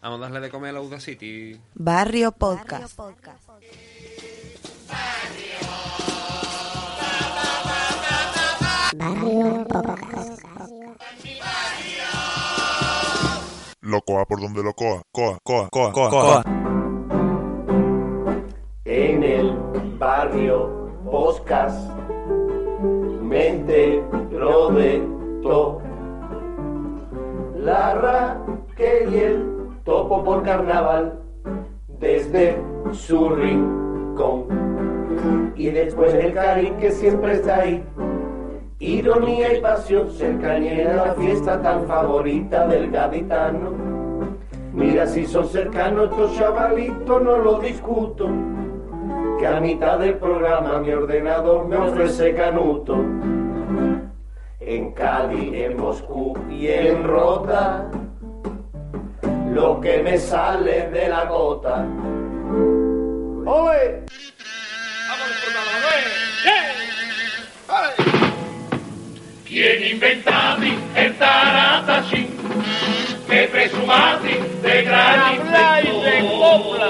Vamos a darle de comer a la Audacity. Barrio Podcast. Locoa por donde locoa. Coa, coa, coa, coa, coa. en el barrio Boscas, mente rodeto, la Raquel y el topo por carnaval, desde su rincón, y después el Karim que siempre está ahí, ironía y pasión, cercanía a la fiesta tan favorita del gaditano. Mira si son cercanos estos chavalitos, no lo discuto que a mitad del programa mi ordenador me ofrece canuto. En Cali, en Moscú y en Rota, lo que me sale de la gota. ¡Oye! ¿Quién inventati el taratashí? Que presumati de gran inventor. de copla.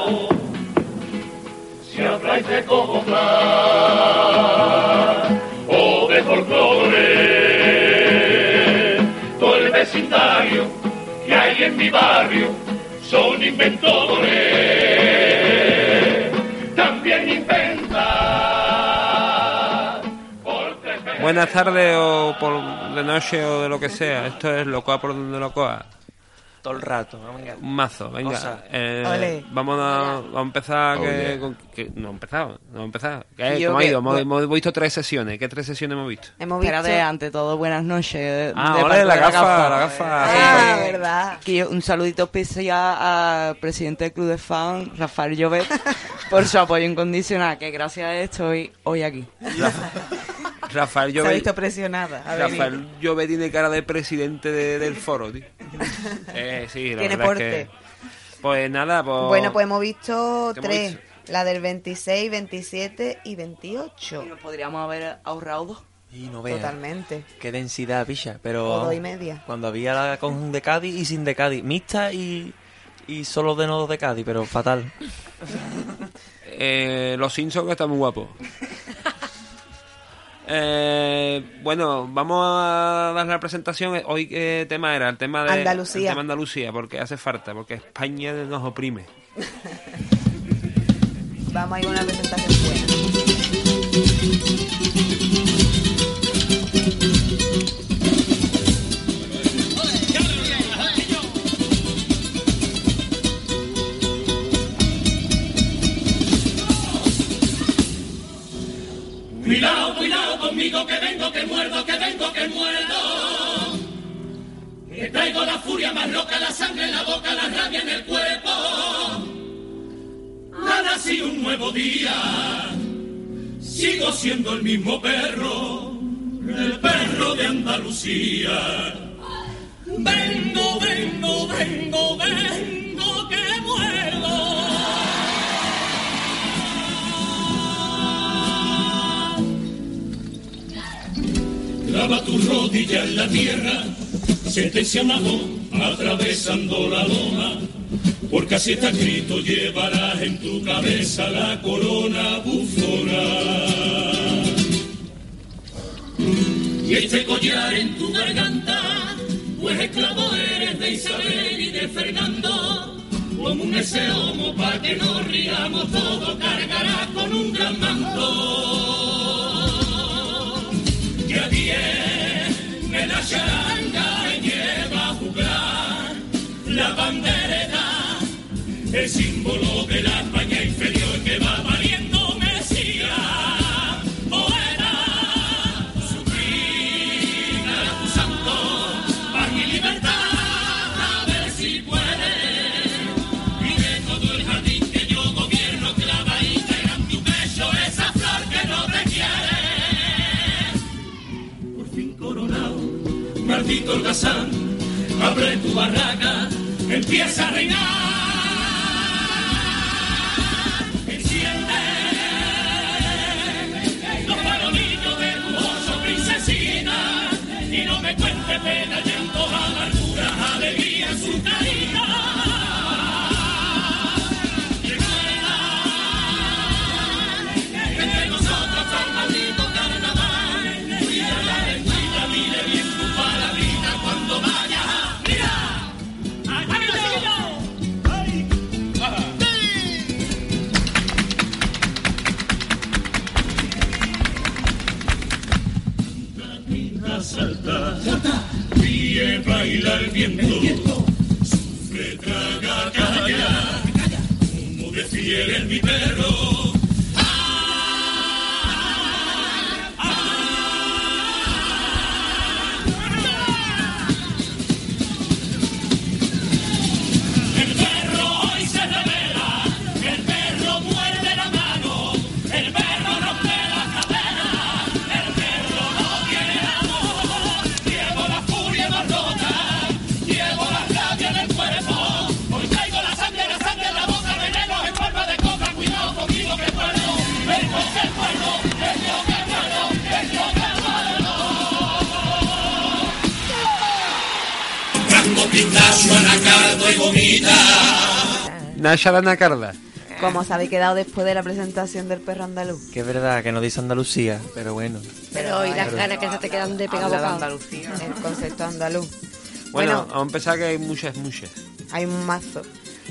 Si habláis de copla o de folclore, todo el vecindario que hay en mi barrio son inventores. También inventan por tres veces. Buenas tardes o por de noche o de lo que sea. Esto es Locoa por donde Locoa. Todo el rato, ¿no? venga. Un mazo, venga. Cosa. Eh, Ole. vamos, a, vamos a empezar. que, Ole. con- que- no he empezado, no he empezado. ¿Qué, Y yo ¿Cómo ha que- ido? Hemos, hemos visto tres sesiones. ¿Qué tres sesiones hemos visto? Hemos visto. Espérate, ante todo, buenas noches. Ah, de ole, parte la de gafa, la gafa. Ah, Eh, verdad. que yo- un saludito especial al presidente del Club de Fan, Rafael Llobet, por su apoyo incondicional, que gracias a esto hoy, hoy aquí. Rafael Se ha Llobet, visto presionada. A ver, Rafael Llobet tiene cara de presidente de- del foro, tío. Eh, sí, la Tiene verdad es que- porte. Pues nada, pues. Bueno, pues hemos visto ¿Qué hemos tres. visto? La del 26, 27 y 28. Y nos podríamos haber ahorrado dos. Y no veas. Totalmente. Qué densidad, picha. O Oh. Pero. dos y media. Cuando había la con de Cádiz y sin de Cádiz. Mixta y. Y solo de nodos de Cádiz, pero fatal. Eh, los Simpsons que están muy guapos. Eh, bueno, vamos a dar la presentación. Eh, Hoy, ¿qué tema era? El tema de Andalucía. el tema Andalucía, porque hace falta, porque España nos oprime. Vamos a ir a una presentación buena. Cuidado, cuidado conmigo que vengo, que muerdo, que vengo, que muerdo. Que traigo la furia más loca, la sangre en la boca, la rabia en el cuerpo. Ha nacido un nuevo día, sigo siendo el mismo perro, el perro de Andalucía. Vengo, vengo, vengo, vengo, que muerdo. Clava tu rodilla en la tierra, sentenciado, atravesando la lona, porque así está escrito, llevarás en tu cabeza la corona bufona. Y este collar en tu garganta, pues esclavo eres de Isabel y de Fernando, como un ese homo para que nos riamos todo, cargarás con un gran manto. Que a viene la charanga y lleva a jugar la bandereta, el símbolo de la España inferior que va valiendo Mesías. Poeta, suprime a tu santo, paz y libertad, a ver si puedes. Y de todo el jardín que yo gobierno, clava y pega en tu pecho esa flor que no te quiere por fin coronado, maldito holgazán, abre tu barraca, empieza a reinar. Enciende los farolillos de tu oso, princesina, y no me cuente pena, llanto, amargura, alegría en su caída. viento, sufre, traga, calla, como de fiel es mi perro. El perro hoy se revela, el perro muerde la mano, el perro rompe la cadena, el perro no tiene amor. Llevo la furia más rota, llevo la rabia en el cuerpo, hoy traigo la sangre, la sangre en la boca, venenos en forma de coca, cuidado conmigo que muerdo, vengo que muerdo, es lo que muerdo, es lo que muerdo. Rasgo pintazo, anacardo y gomita. Nasha la Nacarda. Como os habéis quedado después de la presentación del perro andaluz. Que es verdad que no dice Andalucía, pero bueno. Pero y las ganas que se te quedan de pegar Habla de bocado. Andalucía. El concepto andaluz. Bueno, Bueno. vamos a empezar que hay muchas, muchas. Hay un mazo.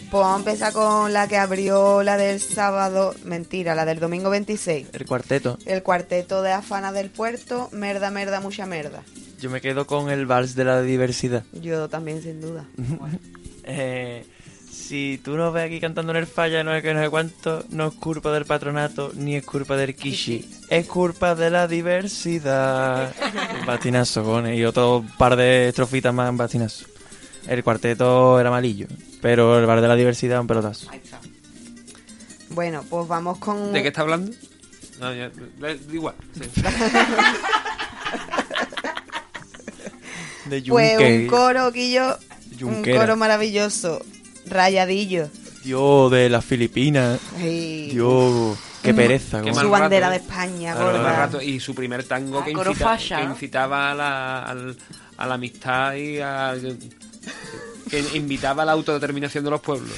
Pues vamos a empezar con la que abrió la del sábado. Mentira, la del domingo 26. El cuarteto. El cuarteto de Afana del Puerto. Merda, merda, mucha merda. Yo me quedo con el vals de la diversidad. Yo también, sin duda. Eh, si tú nos ves aquí cantando en el falla, no es que no sé cuánto, no es culpa del patronato, ni es culpa del kishi. Es culpa de la diversidad. Un Batinazo, con y otro par de estrofitas más en batinazo. El cuarteto era malillo, pero el bar de la diversidad un pelotazo. Bueno, pues vamos con. ¿De qué está hablando? No, ya, da igual. sí. De Pues un Yunque. coro, Guillo. Un Yunquera. coro maravilloso. Rayadillo. Dios de las Filipinas. Ay, Dios, qué pereza. Qué con- mal su bandera rato, de ¿eh? España, Claro, gorda. de rato. Y su primer tango Ah, que, coro incita- falla, que ¿no? incitaba a la, al- a la amistad y a... que invitaba a la autodeterminación de los pueblos.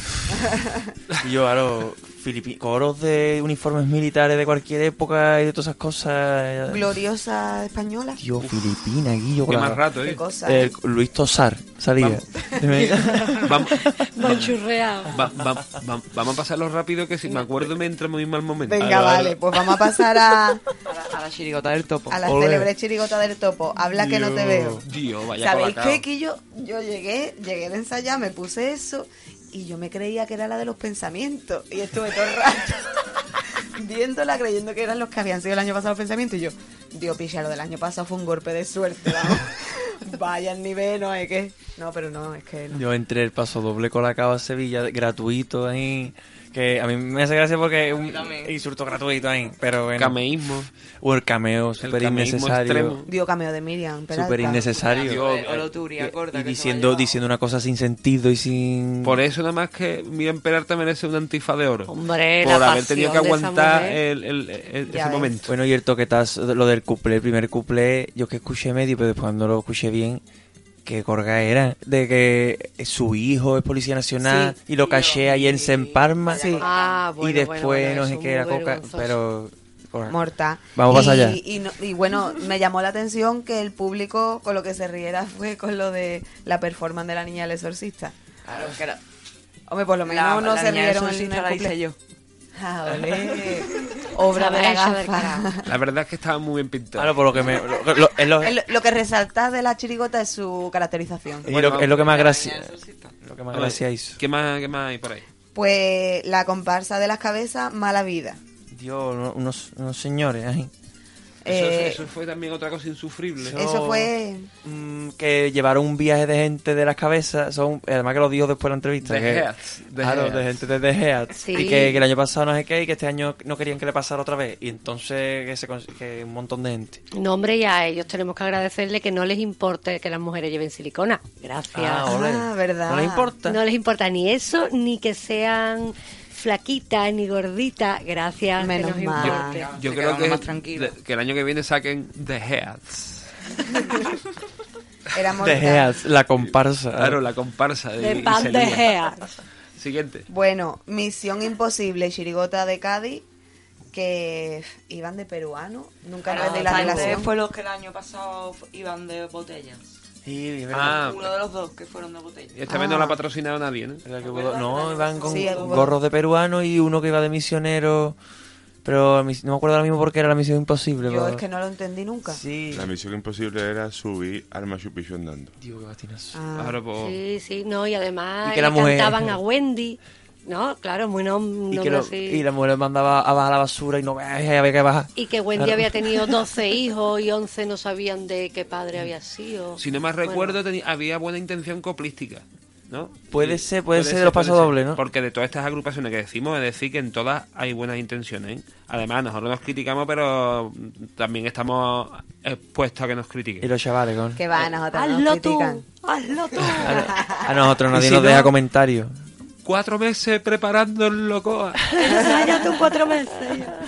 Y Yo, claro, filipi- coros de uniformes militares de cualquier época y de todas esas cosas. Gloriosa española. Tío, Filipina, Guillo. Qué con la- más rato, Qué ¿eh? cosa. Eh, Luis Tosar salía. Vamos, Manchurreado. va- va- va- vamos a pasarlo rápido que si me acuerdo me entra muy mal momento. Venga, vale, pues vamos a pasar a, A la, a la chirigota del topo. a la Ole. célebre chirigota del topo. Habla que no te veo. Dios, vaya ¿Sabéis colacao. qué, Quillo? Yo llegué, llegué de ensayar, me puse eso y yo me creía que era la de los pensamientos. Y estuve todo el rato viéndola creyendo que eran los que habían sido el año pasado los pensamientos. Y yo, Dios, picha, lo del año pasado fue un golpe de suerte, vamos. Vaya el nivel, no es que. No, pero no, es que no. Yo entré el paso doble con la cava a Sevilla, gratuito ahí. Que a mí me hace gracia porque es un también. insulto gratuito ahí. Pero bueno. Cameísmo. O el cameo, súper cameísmo innecesario. extremo. Dio cameo de Miriam, pero. Súper innecesario. Dios, O lo turia, gorda, y que se diciendo, lo ha diciendo una cosa sin sentido y sin. Por eso nada más que Miriam Peralta merece una antifa de oro. Hombre, por la haber tenido que pasión de esa aguantar mujer. el, el- el- Ya ese ves. momento. Bueno, y el toquetazo, lo del cuplé, el primer cuplé, yo que escuché medio, pero después cuando lo escuché bien, que gorga era, de que su hijo es policía nacional y lo caché ahí en Semparma, Ah, bueno, eh, y después bueno, bueno, no sé eso qué era muy coca, vergonzoso. pero... gorga. Morta. Vamos a pasar Y- ya. Y, no- y bueno, me llamó la atención que el público con lo que se riera fue con lo de la performance de la niña del exorcista. Claro, que era- Hombre, por lo menos la- no la se niña rieron en exorcista el la cumple. hice yo. Ah, olé. Obra de la Sabrá eso del gafa. carajo. La verdad es que estaba muy bien pintado. Claro, por lo que me... lo- lo- es, lo, Es Lo, lo que resalta de la chirigota es su caracterización. y lo- es lo que más La gracia... niña exorcista. Lo que más A ver, gracia hizo. ¿Qué más, qué más hay por ahí? Pues la comparsa de las cabezas, mala vida. Dios, uno- unos, unos señores ahí. Eso, Eh, eso fue también otra cosa insufrible. eso- eso fue mm, que llevaron un viaje de gente de las cabezas, son además que lo dijo después de la entrevista. De que- Heats, de Claro, Heats. de gente de The Heats. Sí. Y que, que el año pasado no sé qué, y que este año no querían que le pasara otra vez. Y entonces que, se, cons- que un montón de gente. No, hombre, y a ellos tenemos que agradecerle que no les importe que las mujeres lleven silicona. Gracias. ole. Ah, verdad. No le importa. No les importa ni eso, ni que sean flaquitas, ni gorditas. Gracias. ah, que Menos nos mal. importe. Se Yo creo quedaron que, más tranquilos. que el año que viene saquen The Heads. era The mortal. Heats, la comparsa. Claro, la comparsa de, De pan de Iselina. gea. Siguiente. Bueno, Misión Imposible, chirigota de Cádiz, que iban de peruano. Nunca Claro, entendí de la la relación. fue los que el año pasado fu- iban de botellas. Sí, es verdad. Ah, Uno de los dos que fueron de botellas. esta vez no la ha Ah. patrocinado nadie, ¿no? Es verdad que hubo dos- no, iban con Sí, hubo- gorros de peruano y uno que iba de misionero. Pero mi- no me acuerdo ahora mismo porque era la misión imposible. Yo pero- es que no lo entendí nunca. Sí. La misión imposible era subir al Machu Picchu andando. Digo, qué batinazo. Ah. Ahora, pues, Sí, sí, no, y además Oh. Y que le la mujer- cantaban a Wendy, ¿no? Claro, muy nom- Y, nombre que lo- así. y la mujer mandaba a bajar la basura y no veas, y había que bajar. Y que Wendy Claro. había tenido 12 hijos y 11 no sabían de qué padre había sido. si no me Bueno, recuerdo, teni- había buena intención coplística. ¿No? Puede Sí, ser, puede ser de los puede pasodobles, ¿no? Porque de todas estas agrupaciones que decimos, es decir, que en todas hay buenas intenciones. ¿eh? Además, nosotros nos criticamos, pero también estamos expuestos a que nos critiquen. Y los chavales, con... Que va, nosotros nos hazlo tú, critican. hazlo tú. A, a "Ah, nosotros Y nadie si nos no- deja comentarios. Cuatro meses preparando el locoa. Ensaya tú cuatro meses.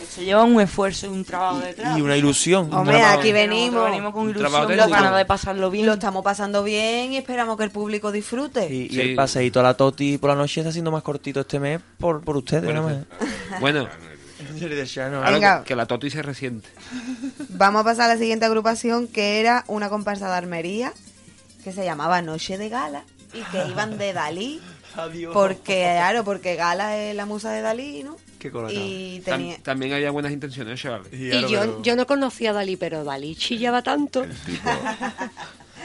Se lleva un esfuerzo y un trabajo detrás. Y una ilusión. un Hombre, trabajo. aquí Nosotros venimos. venimos con Un ilusión, trabajo con técnico. ganas de pasarlo bien. Lo estamos pasando bien y esperamos que el público disfrute. Y, y Sí. el paseíto a la Toti por la noche está siendo más cortito este mes por, por ustedes, nada más. pues, Bueno, Ahora- ahora Venga. que, que la Toti se resiente. Vamos a pasar a la siguiente agrupación que era una comparsa de armería que se llamaba Noche de Gala y que iban de Dalí. Adiós. Porque, claro, porque Gala es la musa de Dalí, ¿no? Qué colacao. Y Tam- tenía... también había buenas intenciones, chavales. Y yo, yo no conocía a Dalí, pero Dalí chillaba tanto. El tipo.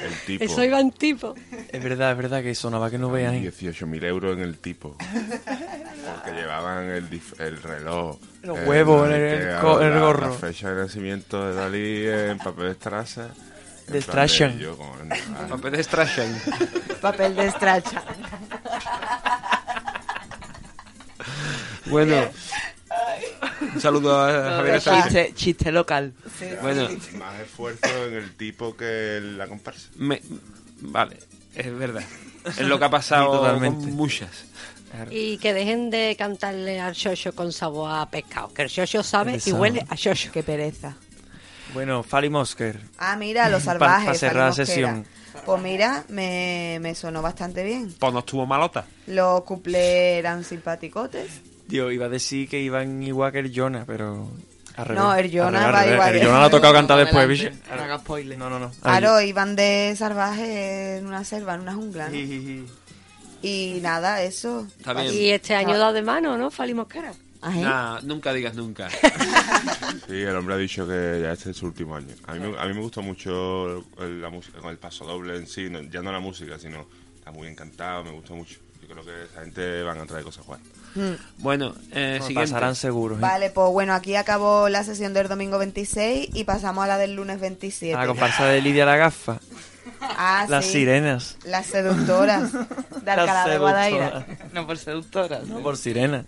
El tipo. Eso iba en tipo. Es verdad, es verdad que sonaba que no veas. ¿eh? 18.000 euros en el tipo. Porque llevaban el, dif- el reloj. Los el- huevos en el- eh, que- el co- en el la- gorro. La fecha de nacimiento de Dalí en papel de estraza. En De plan Strachan. yo como, no, ah, Papel de Strachan. Papel de estracha. Bueno, un saludo a Javier Strachan. chiste, chiste local. Bueno, Más esfuerzo en el tipo que en la comparsa. me- vale, es verdad. Es lo que ha pasado Sí, totalmente. con muchas. Y que dejen de cantarle al xoxo con sabor a pescado. Que el xoxo sabe y Pesado. huele a xoxo. Qué pereza. Bueno, Fali Mosker. Ah, mira, los salvajes. pa cerrar salimos la sesión. que era. Pues mira, me, me sonó bastante bien. Pues no estuvo malota. Los cuplés eran simpaticotes. Dios, iba a decir que iban igual que el Jonah, pero. al No, revés. el Ah, Jonah va Al revés, al revés. igual. El Jonah lo ha tocado cantar después, bicho. Adelante, no hagas spoiler. No, no, no. Claro, iban de salvajes en una selva, en una jungla. ¿no? Y nada, eso. Está bien. Y este año da de mano, ¿no? Fali Mosquera. Ay, Nah, nunca digas nunca. Sí, el hombre ha dicho que ya este es su último año. A mí, me- a mí me gustó mucho el, la música, con el paso doble en sí, no- ya no la música, sino está muy encantado, me gustó mucho. Yo creo que esa gente van a traer cosas guapas. Bueno, eh, siguiente. Pasarán seguros. Vale, pues bueno, aquí acabó la sesión del domingo 26 y pasamos a la del lunes 27. A la comparsa de Lidia la gafa. Ah, Las sí. sirenas. Las seductoras de Las Alcalá de Guadaira. seductoras. No por seductora. No por sirena.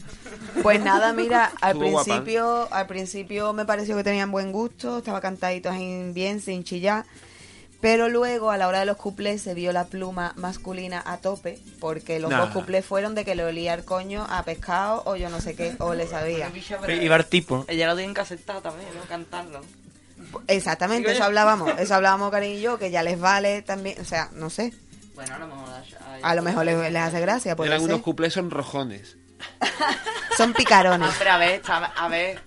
Pues nada, mira, al Estuvo guapa. principio, al principio me pareció que tenían buen gusto, estaba cantaditos ahí bien, sin chillar. Pero luego, a la hora de los cuplés, se vio la pluma masculina a tope, porque los Nah. dos cuplés fueron de que le olía el coño a pescado o yo no sé qué, o le sabía. Iba el tipo. Ella lo tienen que aceptar también, ¿no? Cantarlo. Exactamente, eso hablábamos, eso hablábamos, cariño y yo, que ya les vale también, o sea, no sé, Bueno, a lo mejor. A, a lo mejor les, les hace gracia, puede Eran ser. unos cuplés sonrojones. Son picarones. Ah, pero a ver, está- a ver.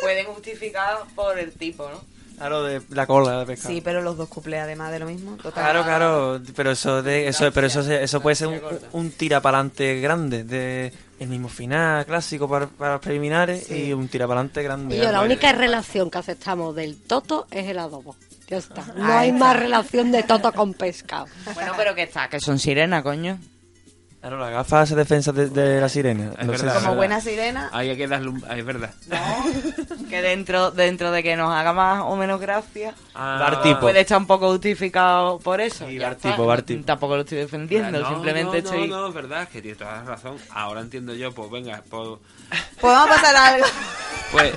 Pueden justificar por el tipo, ¿no? Claro, de la cola de pescado. Sí, pero los dos cuplés además de lo mismo, total. Claro, claro, pero eso de eso, pero eso, se- eso puede ser un, un tira para adelante grande, de el mismo final clásico para, para los preliminares y un tira para adelante grande. Y Pues, yo, la Bueno, única relación que aceptamos del toto es el adobo. Ya está. No Ahí hay está. más relación de toto con pescado. Bueno, pero que está, que son sirenas, coño. Claro, la gafa hace defensa de, de la sirena. Es No sé verdad. si- Como buena sirena, Ahí hay que darle un... ah, es verdad. Que dentro, dentro de que nos haga más o menos gracia, Ah, Bar tipo. puede estar un poco justificado por eso. Sí, ya bar está. tipo, bar tipo. Tampoco lo estoy defendiendo, No, simplemente no, estoy. No, no, es verdad, que tiene toda la razón. Ahora entiendo yo, pues venga, pues... pues vamos a pasar a algo. pues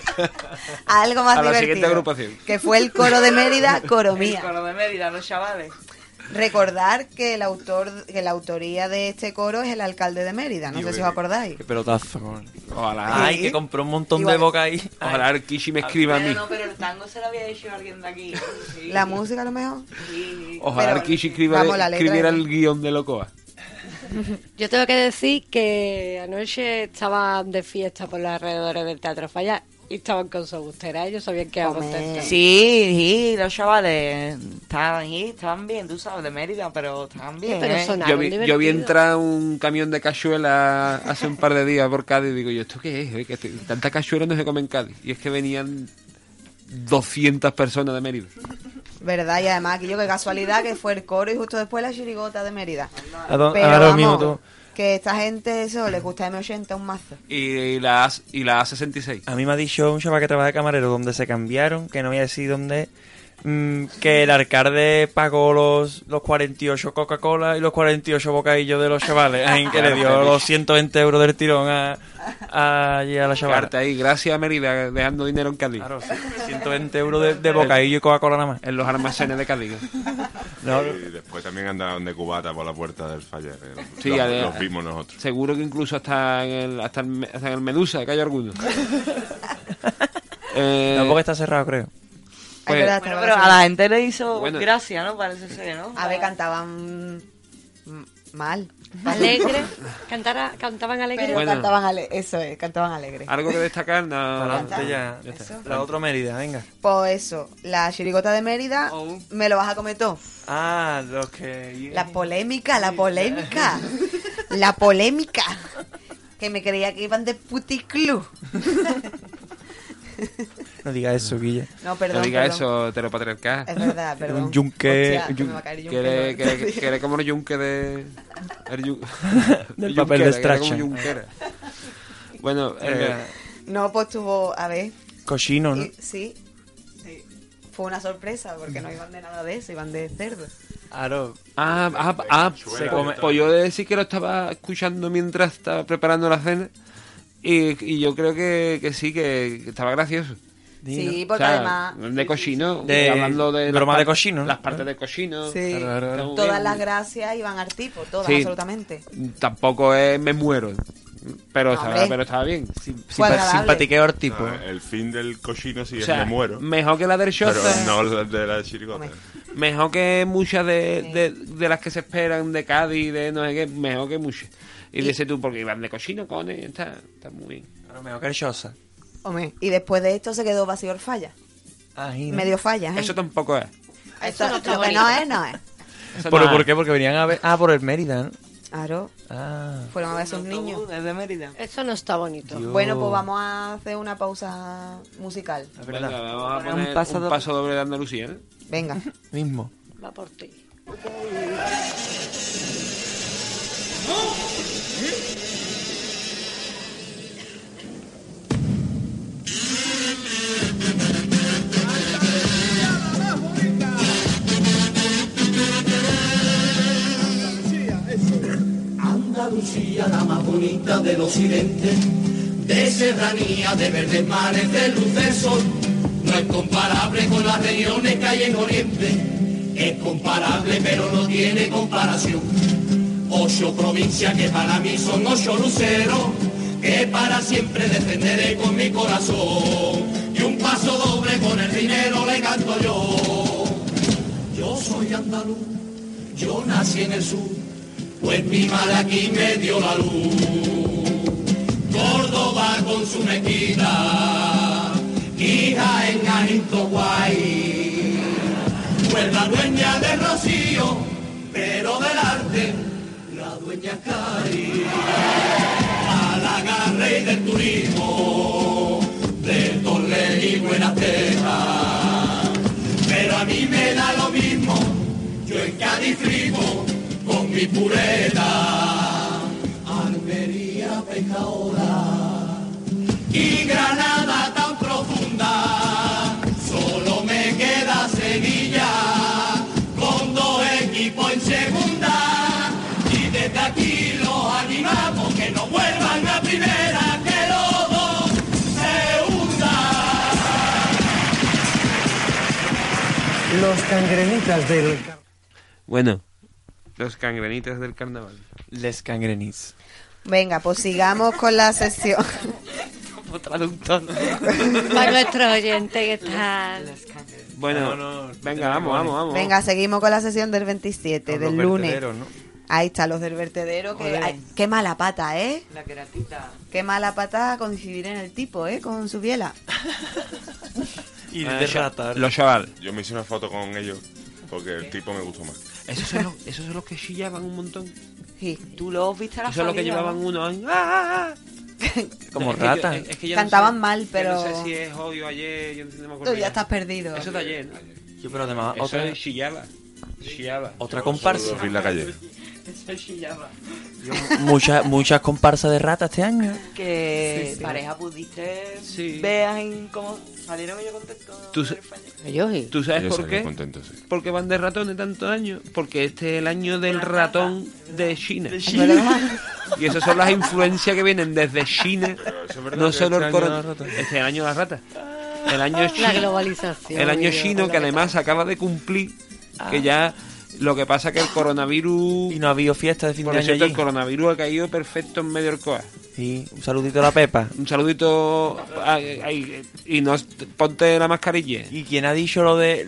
a algo más A la divertido. siguiente agrupación. Que fue el coro de Mérida, Coro El Mía. coro de Mérida, los chavales. Recordar que el autor, que la autoría de este coro es el alcalde de Mérida. No sé si os acordáis. Qué pelotazo. con- ojalá, Ay, que compró un montón Igual- de boca ahí. Ay, ojalá el Kishi me escriba a mí. pero el tango se lo había hecho alguien de aquí. Sí, La música a lo mejor. sí. Ojalá pero- el Kishi escriba- vamos, la letra escribiera es- el guión de Locoa. Yo tengo que decir que anoche estaba de fiesta por los alrededores del Teatro Falla Y estaban con su agustera, ellos sabían que iba contento. Sí, sí, los chavales estaban ahí, estaban bien, tú sabes, de Mérida, pero estaban bien. pero ¿eh? son- Yo vi, yo vi divertido. entrar un camión de cachuela hace un par de días por Cádiz y digo yo, ¿esto qué es? eh? Que te- tanta cachuela no se come en Cádiz. Y es que venían 200 personas de Mérida. ¿Verdad? Y además, aquello que casualidad que fue el coro y justo después la chirigota de Mérida. ¿A dónde- Pero ahora vamos, mismo tú? que esta gente, eso, les gusta M80 un mazo. Pues, Y la, A- y la A66. A mí me ha dicho un chaval que trabaja de camarero donde se cambiaron, que no voy a decir dónde, mm, que el alcalde pagó los, los 48 Coca-Cola y los 48 bocadillos de los chavales, ahí que le dio los 120 euros del tirón a, a, allí a la chavala. Carta ahí, gracias Mérida, dejando dinero en Cádiz. Claro, sí, 120 euros de, de bocadillo y Coca-Cola nada más. En los almacenes de Cádiz. No, Y después también andaban de cubata por la puerta del falla. que los- Sí, los, ade- los vimos nosotros. Seguro que incluso hasta en el, hasta el, me- hasta en el Medusa, que hay algunos. Eh, no, porque está cerrado, creo. Es Pues- verdad, Bueno, estaba pero a pensando. la gente le hizo Bueno. gracia, ¿no? Parece ser, ¿no? A ver, cantaban mm, mal. Alegre, cantara, cantaban alegre. Pero Bueno. cantaban ale- eso es, cantaban alegre. algo que destacar, no. Adelante Ah, ya. Ya está. La otra Mérida, venga. Pues eso, la chirigota de Mérida, Oh. me lo vas a comer todo. Ah, los que... La polémica, la polémica. La polémica. Que me creía que iban de puticlub. No diga eso, Guilla. No, perdón. no diga perdón. eso, heteropatriarcal. Es verdad, perdón. Un yunque- Hostia, que Ah, un me yun- va a caer el yunque, Quiere, no, quiere, entonces- quiere como el yunque de. el yun- Del el papel yunquera, de que era como Strachan. yunquera. Bueno, eh, No, pues tuvo, a ver, Cochino, ¿no? y- sí, sí. Fue una sorpresa porque no iban de nada de eso, iban de cerdo. Aro. ah, ah, ah, Se pues- come- pues yo he de decir que lo estaba escuchando mientras estaba preparando la cena y, y yo creo que, que sí, que, que estaba gracioso. Dino. Sí, porque O sea, además de cochino, De- hablando de broma las de par- cochino, ¿no? las partes de cochino. Sí. Está Claro, claro. muy todas bien. las gracias iban al tipo, todas Sí. absolutamente. Tampoco es me muero, pero estaba, Hombre. pero estaba bien. Fue agradable. simpatiqueo al tipo. eh. Ah, el fin del cochino sí pues. O es sea, me muero. mejor que la del show. Pero no la de la chirigota. Mejor que muchas de, de, de las que se esperan de Cádiz, de no sé qué, mejor que muchas. Y dices tú, porque iban de cochino, cone, está, está muy bien. Pero mejor que el Shosa. Hombre, y después de esto se quedó vacío el falla. Ahí, Ah, ¿no? Medio falla, ¿eh? Eso tampoco es. Eso no lo que no es, no es. Eso ¿Pero no por es. qué? Porque venían a ver... Ah, por el Mérida, ¿no? Claro, Ah. fueron a ver a sus niños. Es de Mérida. Eso no está bonito. Dios. Bueno, pues vamos a hacer una pausa musical. La Venga, verdad. vamos a Poner un poner un paso paso, doble. doble de Andalucía, ¿eh? Venga. Mismo. Va por ti. Andalucía, la más bonita del occidente, de serranía, de verdes mares, de luz del sol. No es comparable con las regiones que hay en Oriente, es comparable pero no tiene comparación. Ocho provincias que para mí son ocho luceros, que para siempre defenderé con mi corazón. Y un paso doble con el dinero le canto yo. Yo soy andaluz, yo nací en el sur, pues mi madre aquí me dio la luz. Córdoba con su mezquita, hija en Anito Guay. Pues la dueña de Rocío, pero del arte, la dueña es Cari. Málaga, rey del turismo, de Torre y Buenas Tejas. Pero a mí me da lo mismo, yo en Cádiz frigo con mi pureta. Almería pecadora y Granada tan profunda, solo me queda Sevilla con dos equipos en segunda. Y desde aquí los animamos que no vuelvan a primera, que los dos se hundan. Los cangrenitas del... Bueno, los cangrenitas del carnaval. Les cangrenis. Venga, pues sigamos con la sesión. Para nuestros oyentes que están. Bueno, No, no, venga, vamos, vamos, vamos. Venga, seguimos con la sesión del 27, Con del los lunes. vertederos, ¿no? Ahí está, los del vertedero. Que, Joder. ay, qué mala pata, ¿eh? La queratita. Qué mala pata coincidir en el tipo, ¿eh? Con su biela. Y Ah, de ya- rata. Los chavales. Yo me hice una foto con ellos porque el tipo me gustó más. Esos son los, esos son los que chillaban un montón. Esos Sí. Tú los viste a la son los que salida, llevaban ¿no? uno año. ¡Ah! Como Es que yo- ratas. es- es que yo Cantaban mal, yo pero- no sé si es hoy o ayer, yo no me acuerdo Tú ya ya. estás perdido. Eso de ayer, ¿no? Yo, pero además, Eso otra, es chillaba. Chillaba. otra Solo los comparsa. vi en la calle. Yo, Muchas muchas comparsas de ratas este año. Que Sí, sí. pareja pudiste Sí. vean cómo salieron ellos contentos. Tú del se- fallo. Ellos sí. ¿Tú sabes Ellos por salieron qué? contentos, sí. Porque van de ratón de tantos años. Porque este es el año del ratón de China. Y esas son las influencias que vienen desde China. Pero eso es verdad No que solo este el año corona. la rata. Este es el año de las ratas. El año La chino. globalización. El año Dios, chino que lo además acaba de cumplir. Que ya. Lo que pasa que el coronavirus. Y no ha habido fiesta de fin Por de año cierto, allí. el coronavirus ha caído perfecto en medio del COA. Sí, un saludito a la Pepa. Un saludito. ay, ay, y no ponte la mascarilla. ¿Y quién ha dicho lo de...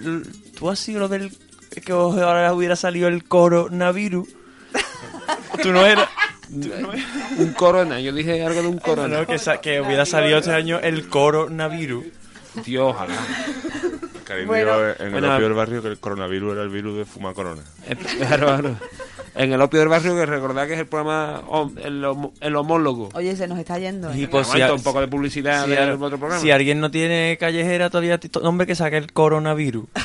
¿Tú has sido lo del... que os- ahora hubiera salido el coronavirus? Tú no eras... Un corona. Yo dije algo de un No, corona. no, que, sa- que hubiera salido este año el coronavirus. Dios, ojalá. Karim Bueno. dijo en el Bueno. opio del barrio que el coronavirus era el virus de fumar corona. Eh, claro, claro. En el opio del barrio, que recordad que es el programa hom- el, homo- el homólogo. Oye, se nos está yendo. ¿eh? Y pues si, Aguanta a- un poco de publicidad si del a- otro programa. si alguien no tiene callejera todavía, ti- to- hombre, que saque el coronavirus.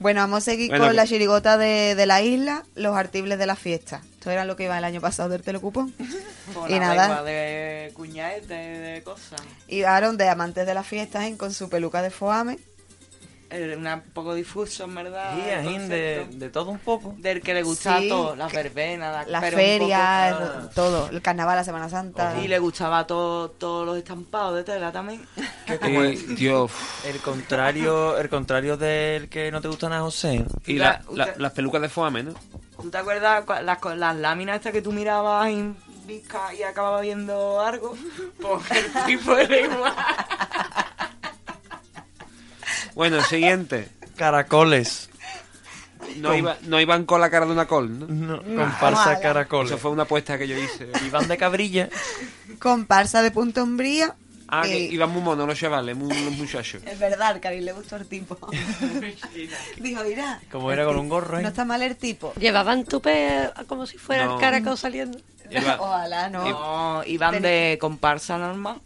Bueno, vamos a seguir Bueno, con que- la pues. chirigota de, de la isla, los artibles de la fiesta. Esto era lo que iba el año pasado del telecupón. Con Y la nada. lengua de cuñete, de cosas. Y Aaron de amantes de las fiestas ¿eh? con su peluca de foame. Era Eh, una- un poco difuso, en verdad. Y el ajín de, concepto. de todo un poco. Del que le gustaba Sí, todo, las verbenas, La pero un feria, poco- el- todo. El carnaval, la Semana Santa. Y le gustaba todo, todos los estampados de tela también. Que como Eh, el, Dios. uf. el contrario el contrario del que no te gusta nada, José. Y Mira, la- la- usted- las pelucas de foame, ¿no? ¿Tú te acuerdas cua- las, co- las láminas estas que tú mirabas en Vizca y acababa viendo algo? Porque el tipo era igual. Bueno, siguiente. Caracoles. No, iba- no iban con la cara de una col, ¿no? No, comparsa mala. Eso caracoles. fue una apuesta que yo hice. Iván de Cabrilla. Comparsa de Punta Umbría. Ah, Y- que Eh. iban muy monos los chavales, muy, los muchachos. Es verdad, Karim le gustó el tipo. Dijo, mira. Como era con un gorro, ¿eh? No está mal el tipo. Llevaban tupe como si fuera No. el caracol saliendo. Iba- Ojalá no. No, iban de comparsa normal.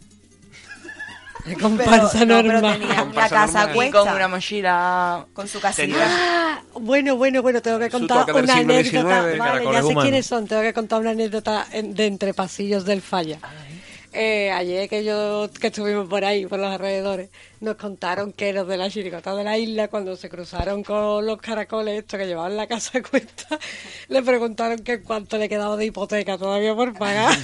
Comparsa pero, No, pero normal. tenía la Comparsa normal. casa a Y con una cuesta. mochila. Con su casita. Tenía- Ah, bueno, bueno, bueno, tengo que Su contar toque del una siglo anécdota. XIX, Vale, caracoles ya sé humanos. quiénes son, tengo que contar una anécdota en- de entre pasillos del falla. Eh, ayer que yo que estuvimos por ahí, por los alrededores, nos contaron que los de la chiricota de la isla, cuando se cruzaron con los caracoles estos que llevaban la casa a cuesta, le preguntaron que cuánto le quedaba de hipoteca todavía por pagar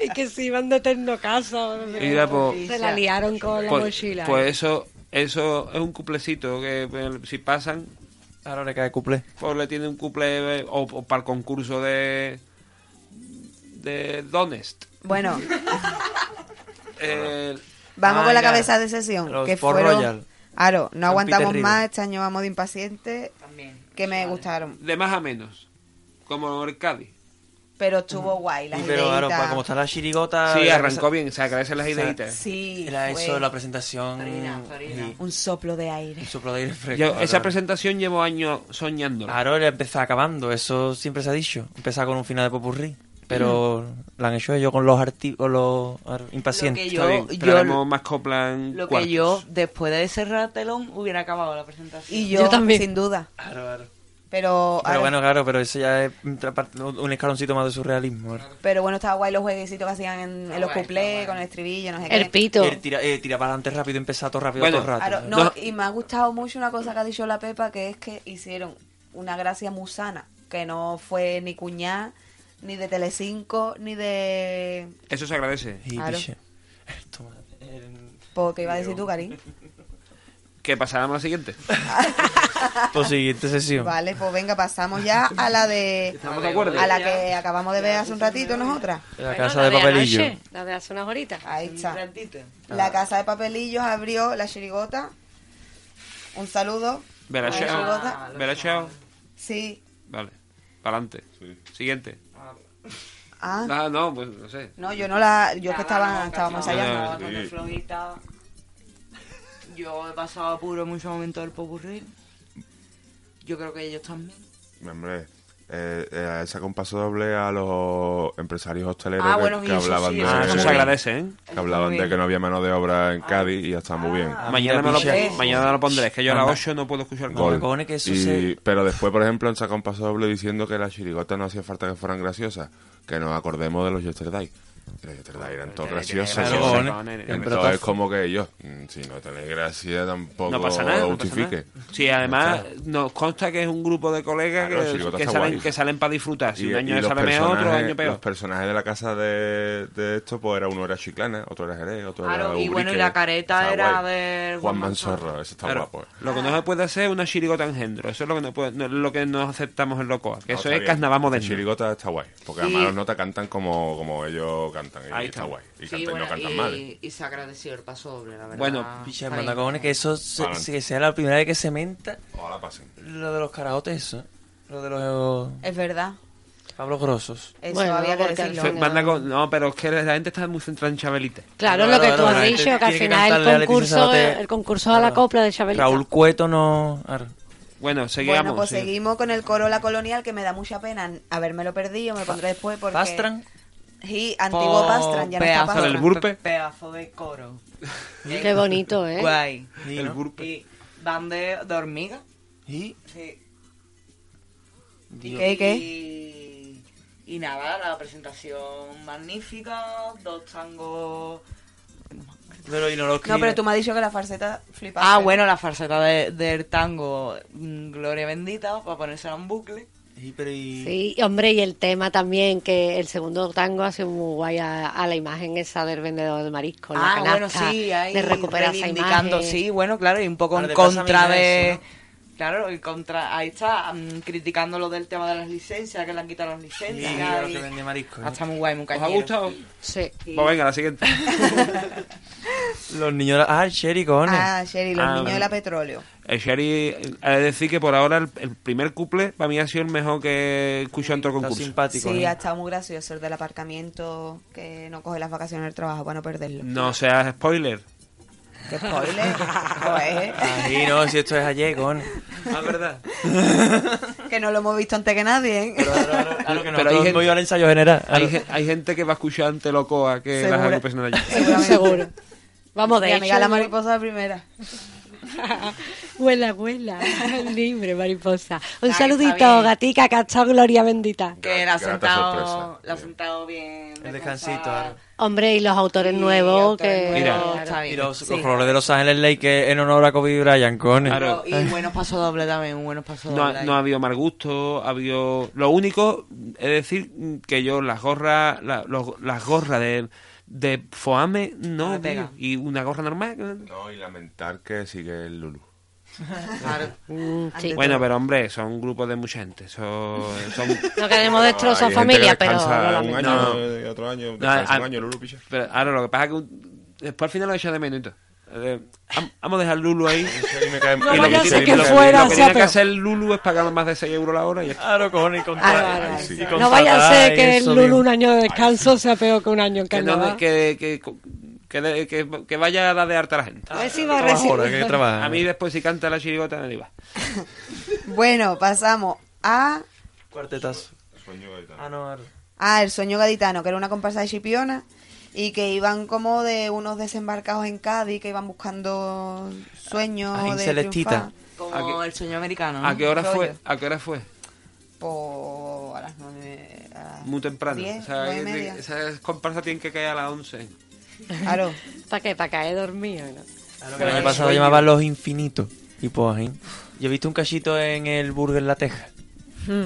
y que se iban de terno casa. o no sé qué. Mira, pues- se la liaron con la pues, mochila. ¿eh? pues eso, eso es un cuplecito que eh, si pasan, Ahora le cae cuplé. pues le tiene un cuple eh, o, o para el concurso de de Donest. Bueno, Eh, vamos Ah, con la ya. cabeza de sesión. Los que Port fueron. Royal. Claro, no aguantamos Peter más. River. Este año vamos de impacientes. También. Que me gustaron. de más a menos, como el Cádiz. Pero estuvo guay. La Y pero claro, ideitas. para como está la chirigota. Ah, Sí, la arrancó presa- bien, se agradecen las sea, ideitas. ¿eh? Sí. Era fue eso, la presentación. Farina, farina. y Un soplo de aire. Un soplo de aire fresco. Yo- claro. esa presentación llevo años soñando. Ah, Claro, le empezó acabando, eso siempre se ha dicho. Empezaba con un final de popurrí. Pero la han hecho ellos con los, arti con los ar- impacientes. Lo que Está bien, yo- esperaremos más copla en Lo cuartos. que yo, después de cerrar telón, hubiera acabado la presentación. Y yo, Yo también. sin duda. Claro, claro. Pero, Pero ahora- bueno, claro, pero eso ya es otra parte- un escaloncito más de surrealismo. pero bueno, estaba guay los jueguecitos que hacían en, en los cuplés, con el estribillo, no sé el qué. pito. El tira, eh, tira para adelante rápido, empezar todo rápido, Bueno, todo el rato. Claro, no, No. y me ha gustado mucho una cosa que ha dicho la Pepa, que es que hicieron una gracia musana, que no fue ni cuñá, ni de Telecinco, ni de... Eso se agradece. Y claro. piche. Toma, eh, Porque Pues, iba a decir tú, Karim. Que pasáramos a la siguiente. Pues siguiente sesión. Vale, pues venga, pasamos ya a la de... ¿Estamos de acuerdo? A la que acabamos de ver hace un ratito nosotras. La Bueno, casa de papelillo. anoche, La de hace unas horitas. Ahí Un está. ratito. La casa de papelillos abrió la chirigota. Un saludo. Verá, Hola, chao. chirigota. Verá, chao. Sí, Vale. para adelante. Siguiente. Ah, Ah, no, pues no sé. no, yo no la. Yo es que Nada, estaba, no, estábamos casi ensayando. Ah, nada, Sí. cuando flojita. Yo he pasado apuro en muchos momentos del popurrí. Yo creo que ellos también. Hombre, eh, eh, saca un paso doble a los empresarios hosteleros Ah, que, bueno, que y eso hablaban sí, Ah. de... Ah, Eh, eso se agradece, ¿eh? Que hablaban de que no había mano de obra en Cádiz y ya está muy bien. Ah. Mañana me, lo, piche. mañana lo pondré, es que yo a las Anda. 8 no puedo escuchar nada. Gol. cojones, que eso Y- se- Pero después, por ejemplo, han sacado un paso doble diciendo que las chirigotas no hacía falta que fueran graciosas. Que nos acordemos de los yesterday. Que los yesterday eran todos graciosos. Claro, entonces- cojones. Entonces es como que yo, mm, si no tenéis gracia tampoco No pasa nada. lo no pasa justifique. nada. Sí, además nos consta que es un grupo de colegas Claro, que- sí, que, está salen, guay. que salen para disfrutar. Si un año los sale mejor, otro personajes- año Los peor. personajes de la casa de, de esto, pues era uno era Chiclana, otro era Jerez, otro Claro, era y Ubrique. bueno, y la careta Estaba era guay. ver Juan Juan Manzorro. Manzorro, eso está Claro. guapo. eh. Lo que no se puede hacer es una chirigota engendro. Eso es lo que no, puede- no- lo que no aceptamos en Locoa. Que No, eso está es bien. carnaval La moderno. chirigota está guay, porque además los notas cantan como, como ellos cantan, y Ahí está está. guay. Y, Sí, cantan- bueno, no cantan y, mal. ¿eh? y se ha agradecido el paso doble, la verdad. Bueno, Picha, Está manda bien. cojones, que eso se- Adelante. se- que sea la primera vez que se menta Ojalá pasen. lo de los carajotes, eso. Lo de los eh, Es verdad. Pablo Grosos. Eso Bueno, había que porque al decirlo. Fe- manda con- no, pero es que la gente está muy centrada en Chabelita. Claro, Claro, lo que claro, tú has claro, dicho, tiene que al que final cantarle a el Leticia concurso, Sabater. el concurso a la Claro. copla de Chabelita. Raúl Cueto no... Ar- Bueno, seguimos. Bueno, pues sí. seguimos con el coro La Colonial, que me da mucha pena habérmelo perdido, me lo pondré después porque... Pastran. Sí, antiguo Po- Pastran, ya no está pedazo Pastran. de- El burpe. Pedazo de coro. Qué bonito, ¿eh? Guay. Y, El ¿no? burpe. Y van de, de hormiga. Y- Sí. Dios. ¿Qué, qué? Y, y nada, la presentación magnífica, dos tangos... Pero, y no lo No, pero escribe. tú me has dicho que la farceta flipaba. Ah, bueno, la farseta de- del tango mm, Gloria Bendita, para ponérsela en bucle. Y, pero y- Sí, y hombre, y el tema también, que el segundo tango hace muy guay a, a la imagen esa del vendedor de marisco, la ah, bueno, canasta, sí, ahí de recuperar esa reivindicando, imagen. sí, bueno, claro, y un poco Ahora en de Plaza contra Mina de... eso, Claro, y contra, ahí está, mm, criticando lo del tema de las licencias, que le han quitado las y licencias. lo y- que eh? vende marisco. Ah, está muy guay, muy ¿Os cañero. ha gustado? Sí. Pues venga, la siguiente. Los niños... Ah, el Sherry, cojones. Ah, Sherry, los Ah, niños bueno. de la petróleo. El Shari, eh, he de decir que por ahora el, el primer couple para mí ha sido el mejor que he escuchado en todo el Está concurso. simpático. Sí, ¿no? ha estado muy gracioso el del aparcamiento, que no coge las vacaciones del trabajo para no perderlo. No seas spoiler. ¡Qué spoiler! Pues, ¿eh? Joder. Ahí no, si esto es ayer, cojones. Ah, verdad. que no lo hemos visto antes que nadie, ¿eh? Pero, claro, claro que Pero nosotros hay gente- hemos ido al ensayo general. Hay, ge- hay gente que va a escuchar ante Locoa que las Seguro. agrupaciones de allí. Seguramente. Seguro. Vamos, de Mi hecho... amiga la yo- mariposa de primera. Vuela, vuela, libre mariposa. Un Ahí está saludito, bien. gatica, que ha estado Gloria bendita. Que la Grata ha sentado, sorpresa. la ha sentado bien. El descansar. descansito, ahora. Hombre, y los autores Y nuevos autores que... Mira. nuevos, está bien. Y los, los Sí. colores de Los Ángeles Lake en honor a Kobe Bryant, cojones. Claro. Y buenos pasos dobles también, buenos pasos No, ha- dobles. no ha habido mal gusto, ha habido... Lo único, es decir, que yo las gorras, la- los- las gorras de, de Foame, No no, me pega. tío. y una gorra normal. No, y lamentar que sigue el Lulu. Claro. Mm, sí. Bueno, pero hombre, son grupos de mucha gente, son... son- No queremos destrozar familia, pero... lo un lamento. año, No. eh, otro año, No, descansa a- un año, Lulu, picha. pero ahora lo que pasa es que un- después al final lo he echado de menos. y todo. Eh, vam- vamos a dejar Lulu ahí. Sí, me cae- No Y y lo me que, vaya a dice- tiene- ser que lo que- fuera, lo que sea, tiene que pero- hacer Lulu es pagar más de 6 euros la hora y ya está. Claro, cojones, y contra- Claro, claro. Ay, sí, y No contratar vaya a ser que eso, el Lulu digo. un año de descanso sea peor que un año en Que, no- carnaval. que, que, que- que- que vaya a dar de harta a la gente. A ver si va a Trabaja ahora, recibir. que trabaja. A mí después si canta la chirigota me va. Bueno, pasamos a... Cuartetazo. Ah, no, ahora. Ah, el sueño gaditano, que era una comparsa de Chipiona y que iban como de unos desembarcados en Cádiz que iban buscando sueños Ah, en de Celestita. triunfar. Como el sueño americano. Ah, ¿no? ¿A qué hora rollo. fue? ¿A qué hora fue? Po- Pues, a las nueve... a las Muy temprano. diez, o sea, nueve y media. esas comparsas tienen que caer a las 11. Claro. ¿Para qué? ¿Para caer dormido? ¿no? El año pasado llamaban Los Infinitos. Y pues ahí. Yo he visto un cachito en el Burger La Teja.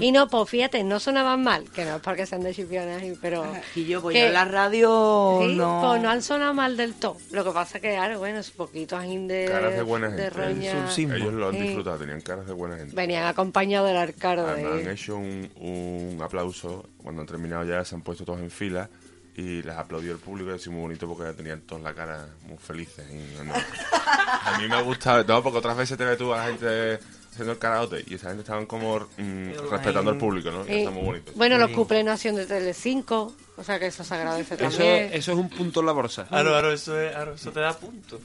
Y no, pues fíjate, no sonaban mal, que no es porque sean de chipionas, y- pero... Y yo, pues que- yo en la radio Eh, Sí, no... pues Ah, no han sonado mal del todo. Lo que pasa que, claro, bueno, es poquito ajín de... Caras de buena gente. roña. Es un símbolo. Ellos lo han Sí. disfrutado, tenían caras de buena gente. Venían acompañados del arcaro Además, Ah, han de... hecho un, un aplauso. Cuando han terminado ya, se han puesto todos en fila y les aplaudió el público. Y así muy bonito porque tenían todos la cara muy felices. y no, no. A mí me ha gustado, no, porque otras veces te ves tú a la gente haciendo el karaoke y esa gente estaban como mm, respetando al público, ¿no? Y Sí. está muy bonito. Bueno, los cuplés no hacían de Telecinco, o sea que eso se agradece Eso, también. eso es un punto en la bolsa. Aro, aro, eso, es, aro, eso te da punto.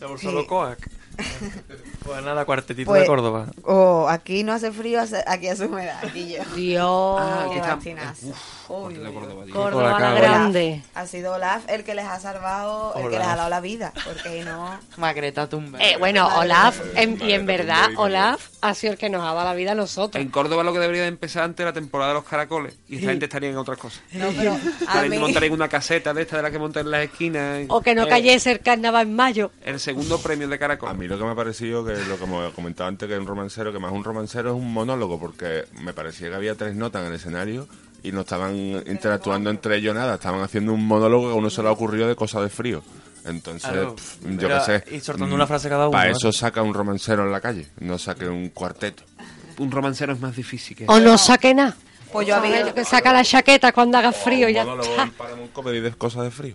La bolsa Sí. de Coac. Pues nada, cuartetito Pues- de Córdoba. Oh, aquí no hace frío, hace- aquí hace humedad. Aquí yo. Dios, Ah, aquí qué está- bastinazo. Uf, Uy, la uy, Córdoba, tío. Por Córdoba acá, la hola. grande. Ha sido Olaf el que les ha salvado, el que les Olaf. ha dado la vida. Porque si no. Magreta Tumba. Eh, bueno, Olaf, en- y Vale, en te verdad, pongo ahí, Olaf ha sido el que nos ha dado la vida a nosotros. En Córdoba lo que debería de empezar antes la temporada de los caracoles y esta gente estaría en otras cosas. No, pero a Estarían mí. montarían una caseta de esta de la que montan en las esquinas. O que no Eh, cayese el carnaval en mayo. El segundo premio de caracol. A mí lo que me ha parecido, que lo que me comentaba antes, que es un romancero, que más un romancero es un monólogo, porque me parecía que había tres notas en el escenario y no estaban interactuando entre ellos nada, estaban haciendo un monólogo que a uno se le ha ocurrido de cosas de frío. Entonces, Claro. pf, yo Mira, qué sé. y soltando una frase cada uno, Para ¿eh? eso saca un romancero en la calle, no saque un cuarteto. Un romancero es más difícil que O no saque nada. Pues yo había- Joder, que saca la chaqueta cuando haga frío O y ya un monólogo está. en Paramount Comedy de cosas de frío.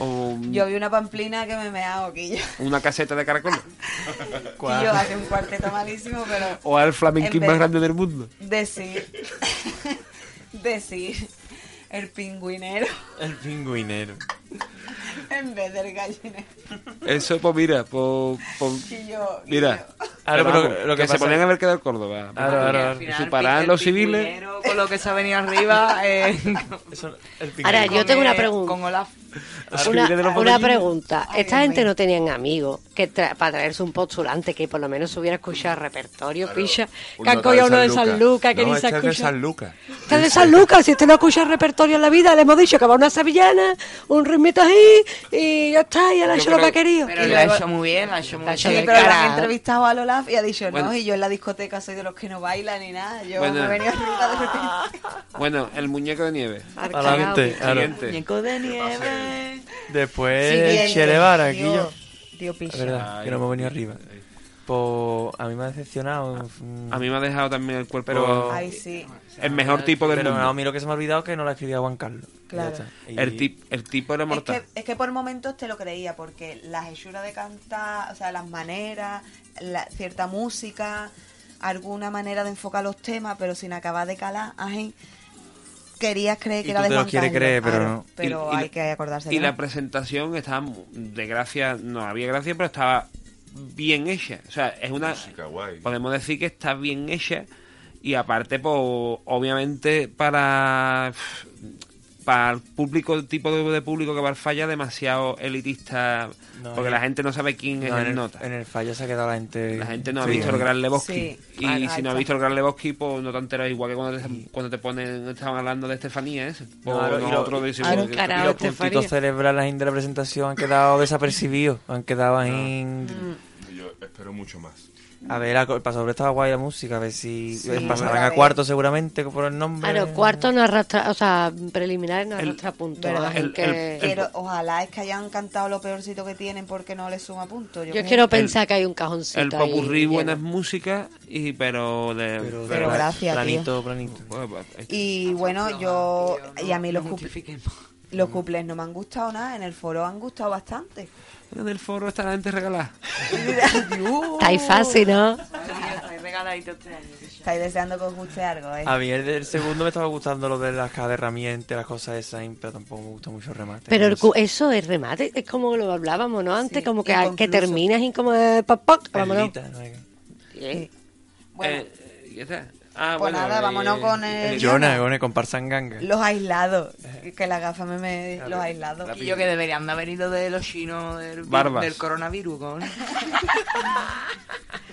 o Yo vi una pamplina que me meaba boquilla. una caseta de caracoles. Y yo hace un cuarteto malísimo, pero. O al flamenquín En vez- más grande del mundo. Decir. decir. El pingüinero El pingüinero. en vez del gallinero. Eso, pues mira, pues... pues- Y yo. y mira. Ahora, Pero pero vamos, lo que se pasa- podían haber quedado en Córdoba. Ahora, ahora, Y si paraban los civiles... Con lo que se ha venido arriba. eh, Eso, el Ahora, pingüinero. yo tengo una eh, pregunta. Con Olaf. Ah, los civiles de los Una, una botellines. pregunta. Ay, Esta Dios gente mío. no tenían amigos que tra- para traerse un postulante que por lo menos hubiera escuchado repertorio, picha. Que han nota cogido uno de San Lucas, que no, ni se este es de escucha. San Lucas. Este es de San Lucas, si este no escucha repertorio en la vida, le hemos dicho que va una sevillana, un ritmito ahí, y ya está, y él ha hecho lo que ha querido. Pero Y lo ha luego- hecho muy bien, lo ha hecho muy La ha bien. hecho Sí, del pero lo han carajo. entrevistado a Olaf y ha dicho, Bueno. no, y yo en la discoteca soy de los que no bailan ni nada. Yo Bueno. me he venido arriba de repente. Bueno, el muñeco de nieve. Al Adelante, carajo. ahora. Siguiente. de nieve. Después el Siguiente. Chelevara, Eh, aquí yo. Dios, Dios Es picha. verdad, que no me he venido arriba. Pues a mí me ha decepcionado. mm, A mí me ha dejado también el cuerpo... Pero- Ay, sí. El mejor tipo del Pero no, a mundo. mí lo que se me ha olvidado es que no la escribía Juan Carlos. Claro. Ya está. Y- El, tip, el tipo era Es mortal. que, es que por momentos te lo creía, porque las hechuras de cantar, o sea, las maneras, la, cierta música, alguna manera de enfocar los temas, pero sin acabar de calar, ay, querías creer que Y era tú de te lo Juan quieres Carlos, creer, pero claro, no. pero Y- y- hay que acordarse Y de la la... presentación estaba mu- de gracia, no había gracia, pero estaba bien hecha. O sea, es una. Música guay. Podemos decir que está bien hecha. Y aparte, pues, obviamente, para. Para el público, el tipo de, de público que va al falla, demasiado elitista. No, porque en- la gente no sabe quién es No, en, el el, nota. en el fallo se ha quedado la gente. La gente no ha Sí, visto ¿no? el Gran Lebowski. Sí, Ah, y ahí si no ha está. visto el Gran Lebowski, pues no te enteras. Igual que cuando te, cuando te ponen, estaban hablando de Estefanía, ese. Pues Claro, y lo- nosotros y- decimos, Claro, "Esto- carajo, Y esto- los Estefanía. puntitos cerebrales de la presentación han quedado desapercibidos. Han quedado ahí. Mm. Yo espero mucho más. A ver, la co- el pasador estaba guay la música. A ver si Sí, eh, pasarán otra a vez. cuarto seguramente por el nombre. Claro, cuarto no arrastra, o sea, preliminares no El- arrastra puntos. verdad. así El- que- el- el- Pero ojalá es que hayan cantado lo peorcito que tienen porque no les suma puntos. Yo, yo creo- quiero pensar que hay un cajoncito. El ahí popurrí, lleno. buenas músicas, y pero de... Pero, Pero plan- gracias, tío. Planito, planito. Bueno, pues, Y bueno, yo... y a mí los, No cup- justifiquemos. los cuples no me han gustado nada, en el foro han gustado bastante. En el foro está la gente regalada. Está Oh. ahí fácil, ¿no? este Estáis deseando que os guste algo, ¿eh? A mí el del segundo me estaba gustando lo de las cajas de herramientas, las cosas esas, pero tampoco me gusta mucho el remate. Pues, Pero el No sé. cu- eso es remate, es como lo hablábamos, ¿no? Antes, Sí, como que, a- que inconcluso. terminas y como... eh, pop, pop, vámonos. Perlita, no sé Eh, Bueno, Eh, ¿ya está? Ah, Pues nada, vámonos con el- qué. eh, Jonah, Jonah, comparsa en ganga. Los aislados. Que la gafa me, me- los aislados. Y yo que deberían de haber ido de los chinos del, Barbas. del coronavirus. ¿no?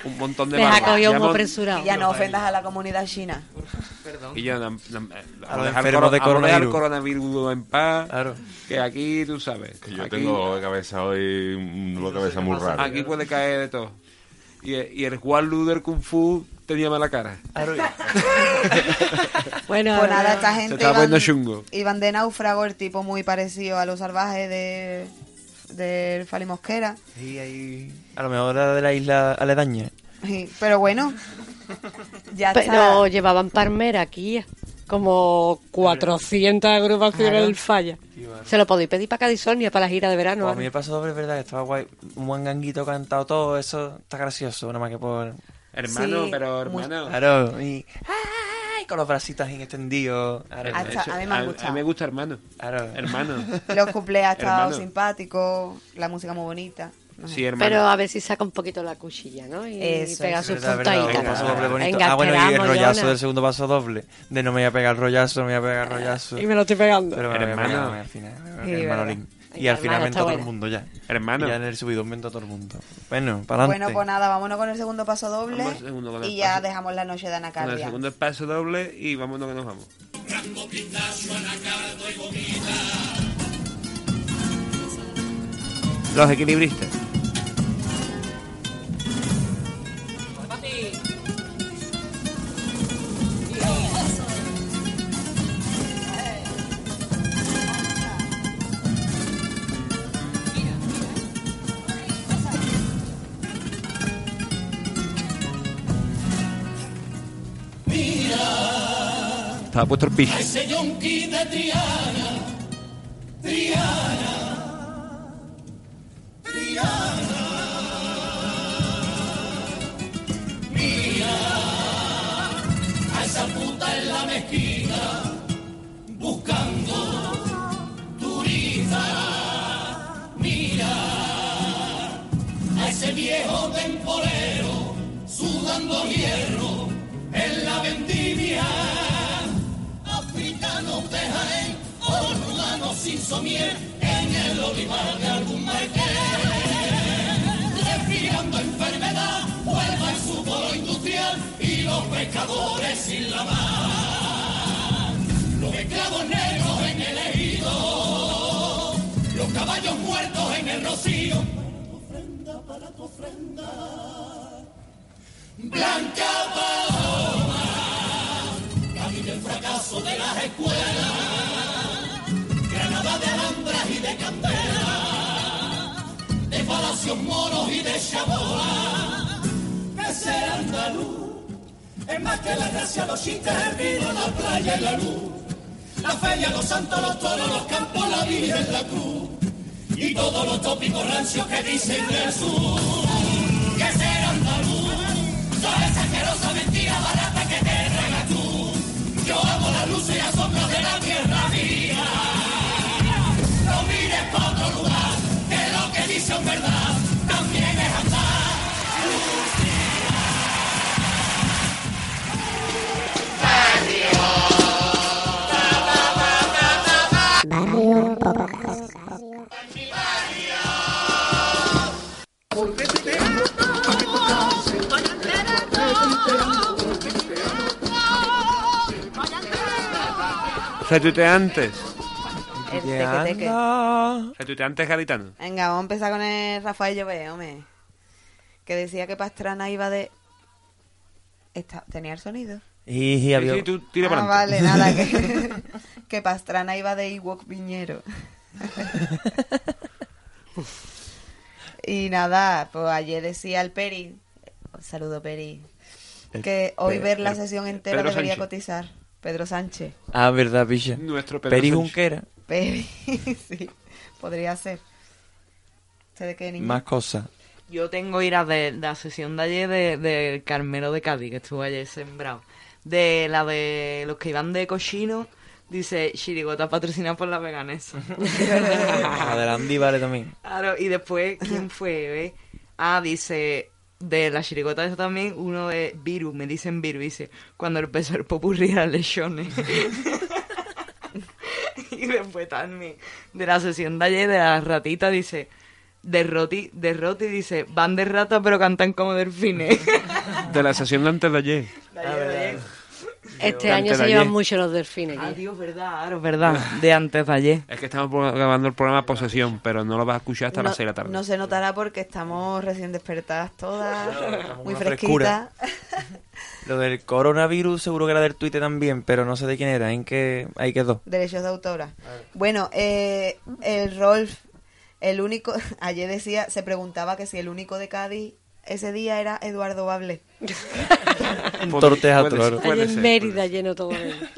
un montón de Les ha barbas. cogido Ya muy mon- apresurado. Y ya no ofendas a la comunidad china. Perdón. Y ya, no- no- no- A los dejar enfermos coro- de a no dejar el coronavirus. coronavirus en paz. Claro. Que aquí, tú sabes. Que yo aquí, tengo dolor de cabeza hoy, un dolor de cabeza muy raro. aquí puede caer de todo. Y, y el Juan Lu del Kung Fu tenía mala cara. Aro, Bueno, Pues nada, ahora- esta Se gente estaba poniendo chungo. iban de náufrago, el tipo muy parecido a los salvajes de del Fali Mosquera. sí, ahí- a lo mejor era de la isla aledaña. Y- Pero bueno, ya Pero está. pues, llevaban palmera aquí, como 400 agrupaciones Claro. del falla. Se lo podéis pedir para Cadisonia, para la gira de verano. Pues a ¿vale? mí el paso doble es verdad que estaba guay. Un buen ganguito cantado todo, eso está gracioso, nada más que por. Hermano, Sí, pero muy- hermano. Claro, y. ¡Ay! Con los bracitos bien extendidos. Claro, Ah, está. a mí me ha gustado. a mí me gusta hermano. claro. Hermano. Los cumpleaños ha estado Hermano. simpático, la música muy bonita. No sé. Sí, hermano. Pero a ver si saca un poquito la cuchilla, ¿no? Y Eso, pega eso. sus Verdad, verdad, puntaditas. un paso doble bonito. Venga, ah, bueno, y el esperamos, rollazo Jonas. del segundo paso doble. De no me voy a pegar rollazo, no me voy a pegar rollazo. Y me lo estoy pegando. Pero bueno, Hermano. hermano, al final. Sí, hermano verdad. Lin. Y Venga, al final hermano, mentó está todo el buena. mundo ya. Hermano. Y ya en el subidón mentó todo el mundo. Bueno, para adelante. Bueno, pues nada, vámonos con el segundo paso doble Vamos al segundo con el y ya paso. dejamos la noche de Con el Anacardia. segundo paso doble y vámonos que nos vamos. Los equilibristas. Estaba puesto el pije. Retuiteantes. El teque, teque. Ah, Retuiteantes gaditanos. Venga, vamos a empezar con el Rafael Llobé, hombre. Que decía que Pastrana iba de... Esta- Tenía el sonido. Y, y Sí, había... sí, tú tira para ah, vale, nada, que, que Pastrana iba de Iwok Viñero. y nada, pues ayer decía el Peri, saludo Peri, El que hoy Pe- ver la el- sesión entera Pedro debería Sánchez. cotizar. Pedro Sánchez, Ah, verdad, picha. Nuestro Pedro Peri Sánchez. Junquera. Peri, sí, podría ser. ¿Ustedes qué niño? Más cosas. Yo tengo iras de, de la sesión de ayer de, de Carmelo de Cádiz, que estuvo ayer sembrado. De la de los que iban de cochino, dice Chirigota patrocinada por la veganesa. Adelante, vale también. claro, y después, ¿quién fue? eh? Ah, dice de la chirigota eso también, uno de Viru, me dicen Viru, dice, cuando empezó el popurrí a lechones. y después también, de la sesión de ayer, de la ratita, dice, de Roti, de Roti, dice, van de rata pero cantan como delfines. De la sesión de antes de ayer. De ayer, de ayer. Antes Este año de se llevan ayer. mucho los delfines. Ah, ya. Dios, verdad, Aro, verdad, de antes de ayer. Es que estamos pro- grabando el programa Posesión, pero no lo vas a escuchar hasta no, las 6 de la tarde. no se notará porque estamos recién despertadas todas, estamos muy con una frescura. fresquitas. Lo del coronavirus seguro que era del Twitter también, pero no sé de quién era. En que ahí quedó. Derechos de autora. Bueno, eh, el Rolf, el único, ayer decía, se preguntaba que si el único de Cádiz ese día era Eduardo Bable. En Torteja puede ser. Toro. Allí puede en ser, Mérida lleno todo. el-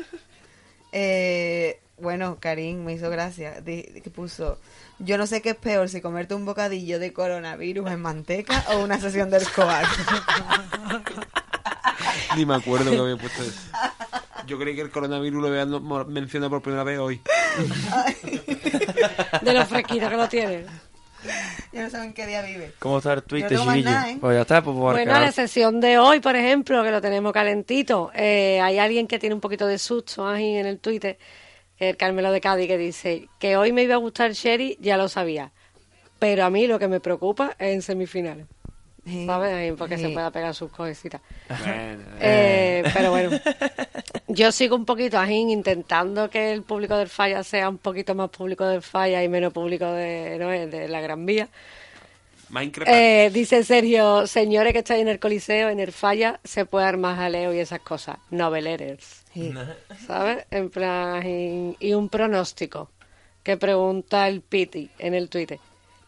Eh, Bueno, Karim me hizo gracia. di- di- que puso, yo no sé qué es peor, si comerte un bocadillo de coronavirus en manteca o una sesión del coac. Ni me acuerdo que había puesto eso. Yo creí que el coronavirus lo había no- mo- mencionado por primera vez hoy. De lo fresquito que lo tiene. ya no saben qué día vive. ¿Cómo está el Yo Twitter, tengo más chiquillo? nada, ¿eh? Pues ya está, pues por Bueno, a la sesión de hoy, por ejemplo, que lo tenemos calentito, eh, hay alguien que tiene un poquito de susto ahí en el Twitter, que es el Carmelo de Cádiz, que dice que hoy me iba a gustar Sherry, ya lo sabía. Pero a mí lo que me preocupa es en semifinales. ¿Sabes? Ahí Porque se Sí. pueda pegar sus cositas. Bueno, Eh, pero bueno, yo sigo un poquito así intentando que el público del Falla sea un poquito más público del Falla y menos público de, ¿no? Eh, de la Gran Vía. más increpante. Eh, dice Sergio, señores que estáis en el Coliseo, en el Falla, se puede armar jaleo y esas cosas. Noveleters, Sí. ¿sabes? En plan, y, y un pronóstico que pregunta el Piti en el Twitter.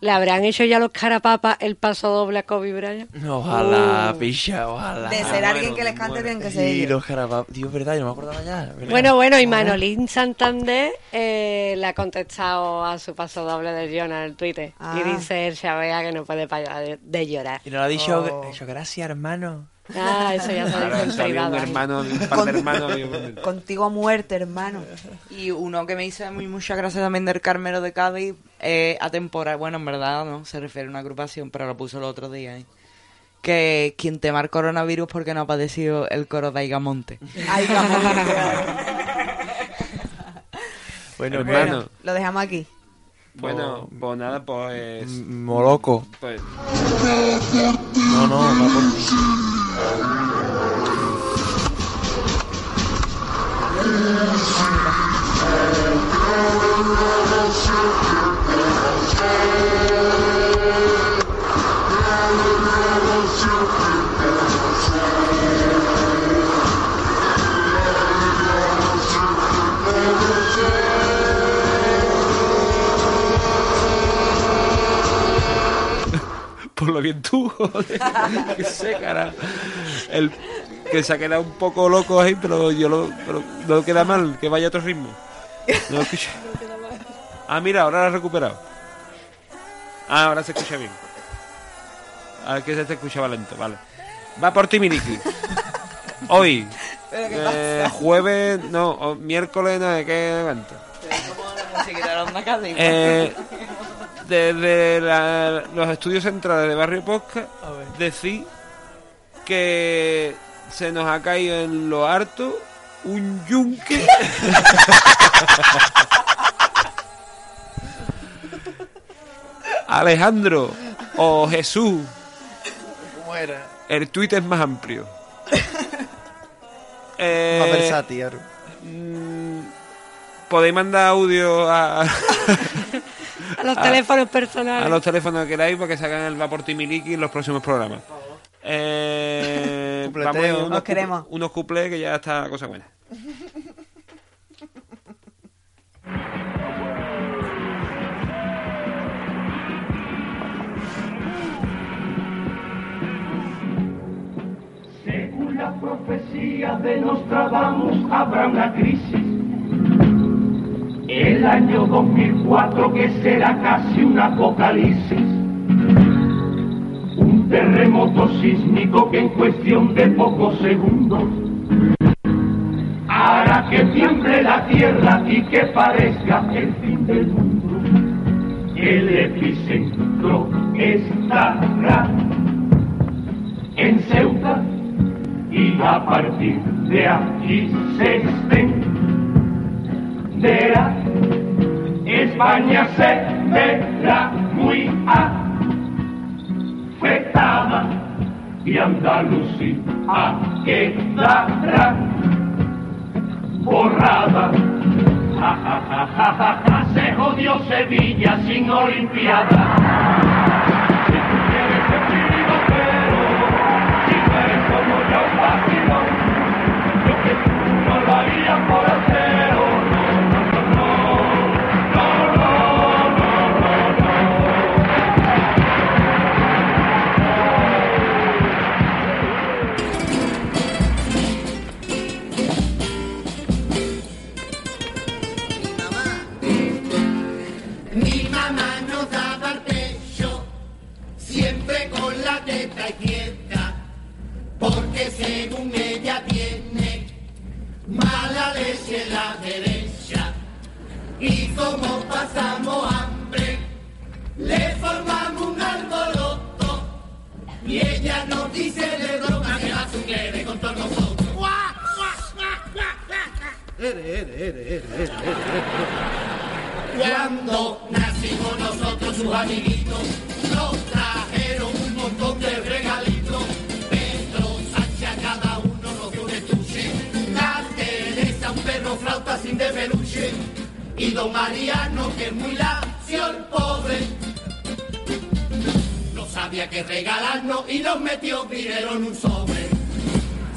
¿Le habrán hecho ya los carapapas el paso doble a Kobe Bryant? Ojalá, picha, ojalá. De ser Ah, alguien bueno, que les me cante muero. tienen Uh, que ser Y ellos. los carabas. Dios, verdad, yo no me acordaba ya. ¿verdad? Bueno, bueno, y Ojalá. Manolín Santander eh, le ha contestado a su paso doble de Jonah en el Twitter. Ah. Y dice el Chabea que no puede parar de, de llorar. Y nos lo ha dicho, Oh. ha dicho, gracias, hermano. Ah, eso ya se lo dice Claro, en si había un privado. hermano, un par de hermanos. había un- Contigo a muerte, hermano. Y uno que me hizo a mí muchas gracias también del Carmelo de Cádiz, eh, atemporal, bueno, en verdad no, se refiere a una agrupación, pero lo puso el otro día. ¿eh? Que quien tema el coronavirus porque no ha padecido el coro de Aigamonte. Ay, vamos. Bueno, Hermano. Lo dejamos aquí. Bueno, pues nada, pues. M- Moloco. pues No, no, va por ti. por lo bien tú, joder. que sé, cara. El, que se ha quedado un poco loco ahí, pero yo lo, pero no queda mal, que vaya a otro ritmo. No lo escuché. Ah, mira, ahora lo has recuperado. Ah, ahora se escucha bien. Ah, que se te escuchaba lento, vale. Va por ti, Miniki. Hoy. eh, jueves, no, o miércoles, no, ¿qué evento? Eh, desde la- los estudios centrales de Barrio Posca A ver. decir que se nos ha caído en lo harto un yunque Alejandro o Jesús ¿Cómo era? el tuit es más amplio Más Eh, versátil. Aru. mm, podéis mandar audio a A Ah. los teléfonos personales. a los teléfonos que queráis para que salgan el vapor Timiliki en los próximos programas. Eh, Cupleteo. vamos a ir a unos, Os queremos. cuple- unos cuplés que ya está la cosa buena. Según la profecía de Nostradamus habrá una crisis. El año 2004 que será casi un apocalipsis. Un terremoto sísmico que en cuestión de pocos segundos hará que tiemble la tierra y que parezca el fin del mundo. El epicentro estará en Ceuta y a partir de aquí se extenderá. España se verá muy afectada y Andalucía quedará borrada. Ja, ja, ja, ja, ja, ja, se jodió Sevilla sin Olimpiada. Si tú quieres ser chirigotero, si tú eres como yo un vacilón, yo que tú no lo haría por acero. No, no, no, no, no, no, no, no, no. la mano daba al pecho, siempre con la teta izquierda, porque según ella tiene mala leche la derecha. Y como pasamos hambre, le formamos un alboroto, y ella nos dice de broma que la sucleve con todos nosotros. ¡Guau, guau, guau, guau, guau! Cuando nacimos nosotros, sus amiguitos, nos trajeron un montón de regalitos. Pedro Sánchez a cada uno nos dio un estuche. La Teresa, un perro flauta sin de peluche. Y don Mariano, que es muy lacio el pobre. No sabía qué regalarnos y nos metió dinero en un sobre.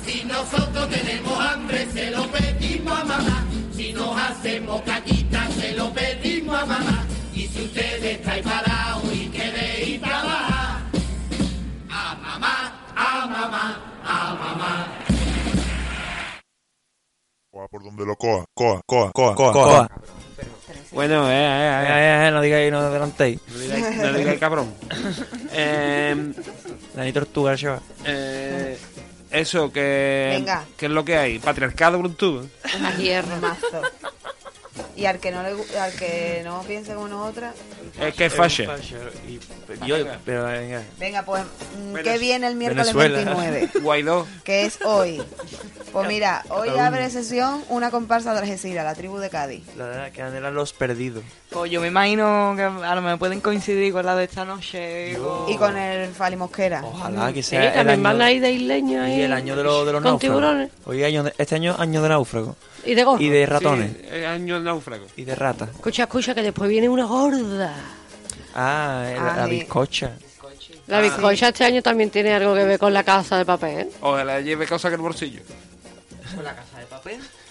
Si nosotros tenemos hambre, se lo pedimos a mamá. Si nos hacemos caquita, se lo pedimos a mamá. Y si ustedes estáis parados y queréis trabajar, a mamá, a mamá, a mamá. Coa por donde lo coa. Coa, coa, coa, coa. coa. Bueno, eh, eh, eh, Eh, eh, no digáis, no adelantéis. No digáis, no digáis cabrón. Eh, Dani Tortuga, chaval. eh, eso, que. Venga. ¿Qué es lo que hay? Patriarcado, Bluetooth. Un hierromazo. Y al que no le gu- al que no piense como nosotras, Es que es fashion. Y, yo, pero venga. venga, pues mm, Venez- ¿qué viene el miércoles Venezuela. 29? Guaidó. Que es hoy. Pues mira, hoy abre sesión una comparsa de Algeciras, la tribu de Cádiz. La verdad, que anhelan los perdidos. Pues yo me imagino que a lo mejor pueden coincidir con la de esta noche. con- Y con el Fali Mosquera. Ojalá que Mm. Sí, sea. eh, el también año, van a ir de isleña Y el año de, los- de los Con náufragos. tiburones. Oh. Hoy año de- este año, año de náufrago. Y de gorro. Y de ratones. Sí, es año náufrago. Y de ratas. Escucha, escucha, que después viene una gorda. Ah, el- Ah, eh. la sí. bizcocha. Ah. La bizcocha este año también tiene algo que ver con la casa de papel. Ojalá lleve cosas en el bolsillo.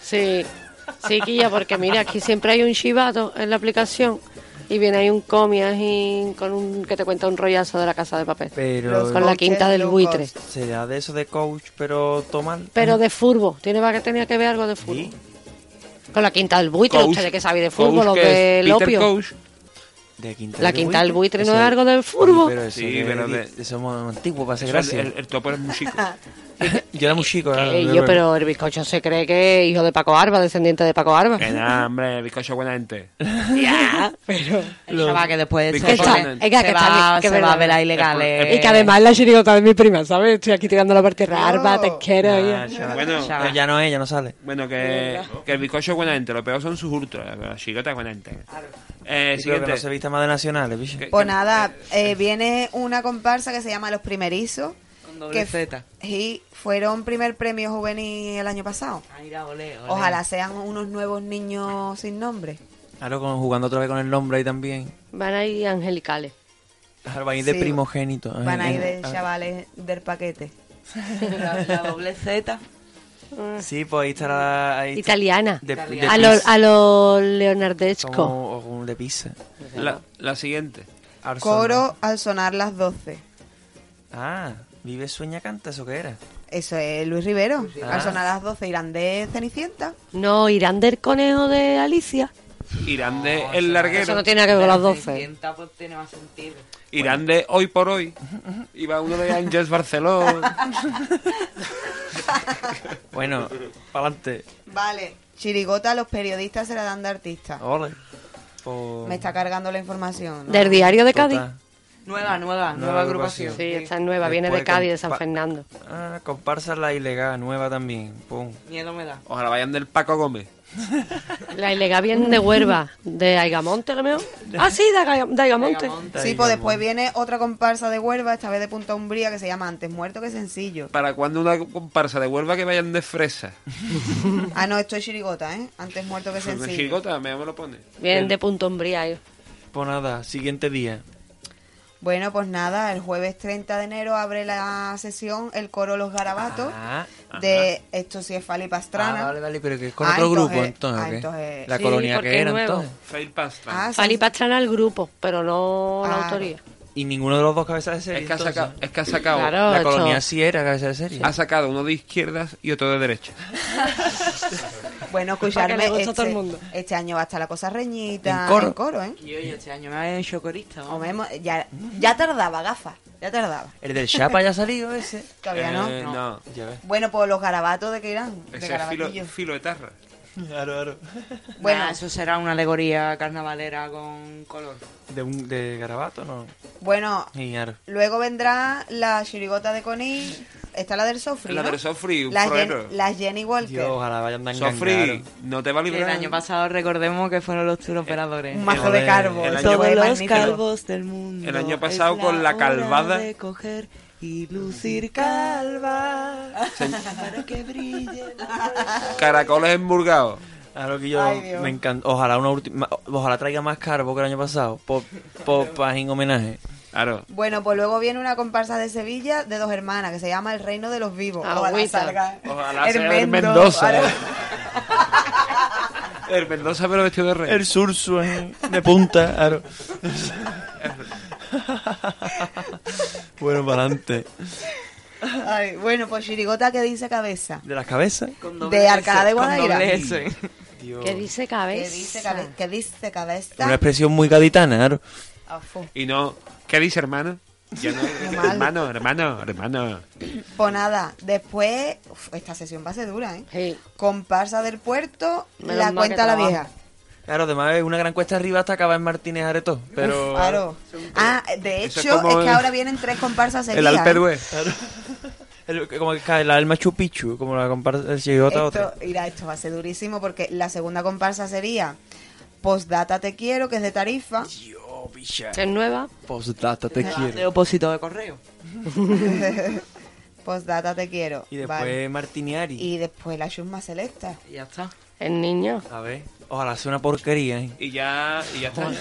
Sí, sí, Quilla, porque mira, aquí siempre hay un chivato en la aplicación y viene ahí un comias y con un que te cuenta un rollazo de la casa de papel. Pero con la coches quinta del low buitre. cost. será de eso de coach, pero tomar. Pero de furbo, tiene va- que tenía que ver algo de furbo. Con la quinta del buitre, Coach. ustedes que saben de furbo, Coach, los que es del Peter opio. Coach. De quinta La quinta del buitre no Eso- es algo del furbo. Pero eso Sí, de- pero de- de- de- somos antiguos para hacer Eso, gracia. El, el topo es muy chico. Yo era muy chico. Ah, era- Eh, yo, pero el bizcocho se cree que es hijo de Paco Arba, descendiente de Paco Arba. que nada, hombre, bizcocho buena gente. Eh, Ya, pero... El chaval que después Bizcocho se, Está- pone- es que se está va, bien, que se es va a verdad. velar Es ilegales. Y que además la chirigota de mi prima, ¿sabes? Estoy aquí tirando la parte No. Arba, te quiero. ya. Ah, ya- Bueno, eh, pero ya no es, ya no sale. Bueno, que, que el bizcocho es buena gente. Lo peor son sus hurtos. La chigota es buena gente. Eh, Sí, pero que siguiente. no se vista más de nacionales, bicho. Que- Pues que- nada, eh, viene una comparsa que se llama Los Primerizos. Con doble que Z. Y fueron primer premio juvenil el año pasado. Ay, mira, ole, Oh. ole. Ojalá sean unos nuevos niños sin nombre. Claro, con- jugando otra vez con el nombre ahí también. Van a ir angelicales. Claro, van a ir de Sí. primogénito. Van a ir de Ah, chavales del paquete. La, la doble Z. Sí, pues ahí estará. Ahí está- Italiana. De, de A lo, pizza. a lo leonardesco. Como- o como de pizza. La, la siguiente. Arsenal. Coro al sonar las 12. Ah, vive, sueña, canta, ¿eso qué era? Eso es Luis Rivero. Rivero. Al sonar las 12 irán de Cenicienta. No, Irán del conejo de Alicia. Irán de El Eso Larguero. no tiene que ver con las 12. 600, pues tiene más sentido. Irán de Hoy por Hoy. Y va uno de Ángels Barcelona. Bueno, para adelante. Vale. Chirigota, los periodistas se la dan de artista. Ole. Por- Me está cargando la información. ¿no? Del diario de Cádiz. Total. Nueva, nueva, nueva agrupación. Sí, esta es nueva, viene de Después Cádiz, de con- San pa- Fernando. Ah, comparsa la ilegal, nueva también. Pum. Miedo me da. Ojalá vayan del Paco Gómez. La ilegal viene de Huerva, de Aigamonte, lo mejor. Ah, sí, de, Aiga- de Aigamonte. Sí, pues después viene otra comparsa de Huelva, esta vez de Punta Umbría, que se llama Antes Muerto que Sencillo. ¿Para cuando una comparsa de Huelva que vayan de fresa? Ah, no, esto es Chirigota, ¿eh? Antes Muerto que Con Sencillo. chirigota, me me lo pone. Vienen de Punto Umbría. ellos. Pues nada, siguiente día. Bueno, pues nada, el jueves 30 de enero abre la sesión el coro Los Garabatos Ah, de Esto sí es Fali Pastrana. Ah, vale, vale, pero que es con Ah, otro grupo entonces- entonces. ah, ¿qué? entonces- La Sí, colonia porque que era es nuevo. entonces. Fail Pastra. Ah, Fali sí. Pastrana el grupo, pero no la Claro. autoría. Y ninguno de los dos cabezas de serie. Es que ha entonces. sacado. Es que ha sacado Claro. La Ocho. colonia sí era cabeza de serie. Ha sacado uno de izquierdas y otro de derechas. Bueno, Para que escucharme. le guste a Este, todo el mundo. este año va a estar la cosa reñita. En coro. ¿eh? Y oye, este año me ha hecho corista. ¿no? Hombre, hemos- ya, ya tardaba, gafa. Ya tardaba. ¿El del Chapa ya ha salido ese? Todavía no, Eh, no. ya ves. Bueno, pues los garabatos de que irán. Eh, Ese De es filo, garabatillo. filoetarra. Claro, claro. Bueno. Ah, Nah, eso será una alegoría carnavalera con color. ¿De, un, ¿De garabato no? Bueno, Sí, claro. luego vendrá la chirigota de Conil. Está la del Sofri. La ¿no? del Sofri, un La, Jen- proero. la Jenny Walker. Dios, ojalá vayan tan Sofri, no te va a El librar. año pasado recordemos que fueron los tour operadores. Un mazo de Joder, carbo. el eso año- fue Todos los magnífico. calvos del mundo. El año es pasado con la hora calvada. de coger y lucir Ah, calva para que brille. Caracoles emburgados. Claro que yo Ay, Dios. me encanta. Ojalá una última, ojalá traiga más carbo que el año pasado. Por, por pa- en homenaje. Claro. Bueno, pues luego viene una comparsa de Sevilla de dos hermanas que se llama El Reino de los Vivos. Ah, Ojalá agüita. salga. Ojalá sea Hermendo, el Mendoza. ¿eh? ojalá- El Mendoza pero vestido de rey. El surso en- de punta, claro. bueno, para adelante. Ay, bueno, pues Chirigota que dice cabeza. ¿De las cabezas? De Alcalá de Guadaira. Que dice Que cabeza. dice, cabe- que dice Una cabeza. Ah, expresión muy gaditana, claro. Afu. Y no. ¿Qué dice, hermano? Ya no, mal. hermano, hermano, hermano. Pues nada, después. uf, esta sesión va a ser dura, ¿eh? Sí. Comparsa del puerto, Menos la mal cuenta que la trabajo. vieja. Claro, además es una gran cuesta arriba hasta acabar en Martínez Areto. Pero. Uf, aro. Ah, de Eso hecho, es es, como que el- ahora vienen tres comparsas El seguidas. ¿eh? Alperue. El- como que cae la alma chupichu, como la comparsa el Chirigota Esto, otra. mira, esto va a ser durísimo porque la segunda comparsa sería Postdata Te Quiero, que es de Tarifa. Es nueva. Postdata, Pues, te De quiero. opósito de correo. Postdata Te Quiero. Y después vale. Martiniari. Y después la Chusma Selecta. Y ya está. El niño. A ver. Ojalá sea una porquería, ¿eh? Y ya, y ya está.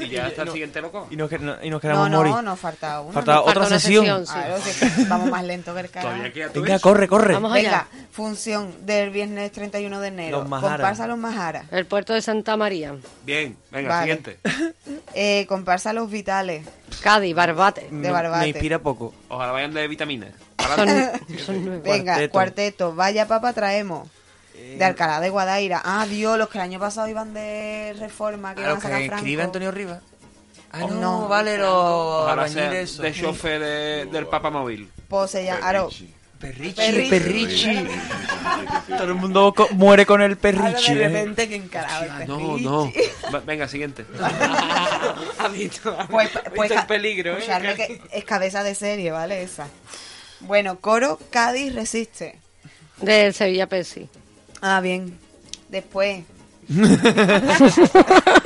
Y ya está el siguiente loco. Y nos, que- no- y nos No, queramos no, morir. no, falta una. Falta ¿no? otra una sesión. Claro, sí, que vamos más lento que el Todavía carajo. queda todo Venga, eso. corre, corre. Vamos Venga, allá. función del viernes 31 de enero. Los Majara. Comparsa Los Majara. El puerto de Santa María. Bien, venga, Vale. siguiente. Eh, comparsa Los Vitales. Cádiz, Barbate. Me- de barbate. Me inspira poco. Ojalá vayan de vitaminas. Son, Adelante. son nuevos. Venga, Cuarteto. cuarteto. Vaya papa traemos. Eh. De Alcalá de Guadaira. Ah, Dios, los que el año pasado iban de reforma, que A iban a los que sacar Franco. Oh, escribe Antonio Rivas. Ah, no, No. vale, los Ojalá sean albañiles. de chofer de- del Papa Móvil. Pues se llama- aro, Perrichi, Perrichi. perrichi. Todo el mundo co- muere con el ahora perrichi. de ¿eh? repente que encaraba el No, perrichi. no. Va- venga, siguiente. Ha visto. Pues, pues en peligro, ¿eh? escuchadme que es cabeza de serie, ¿vale? Esa. Bueno, coro, Cádiz resiste. De Sevilla Pepsi. Ah, bien. Después,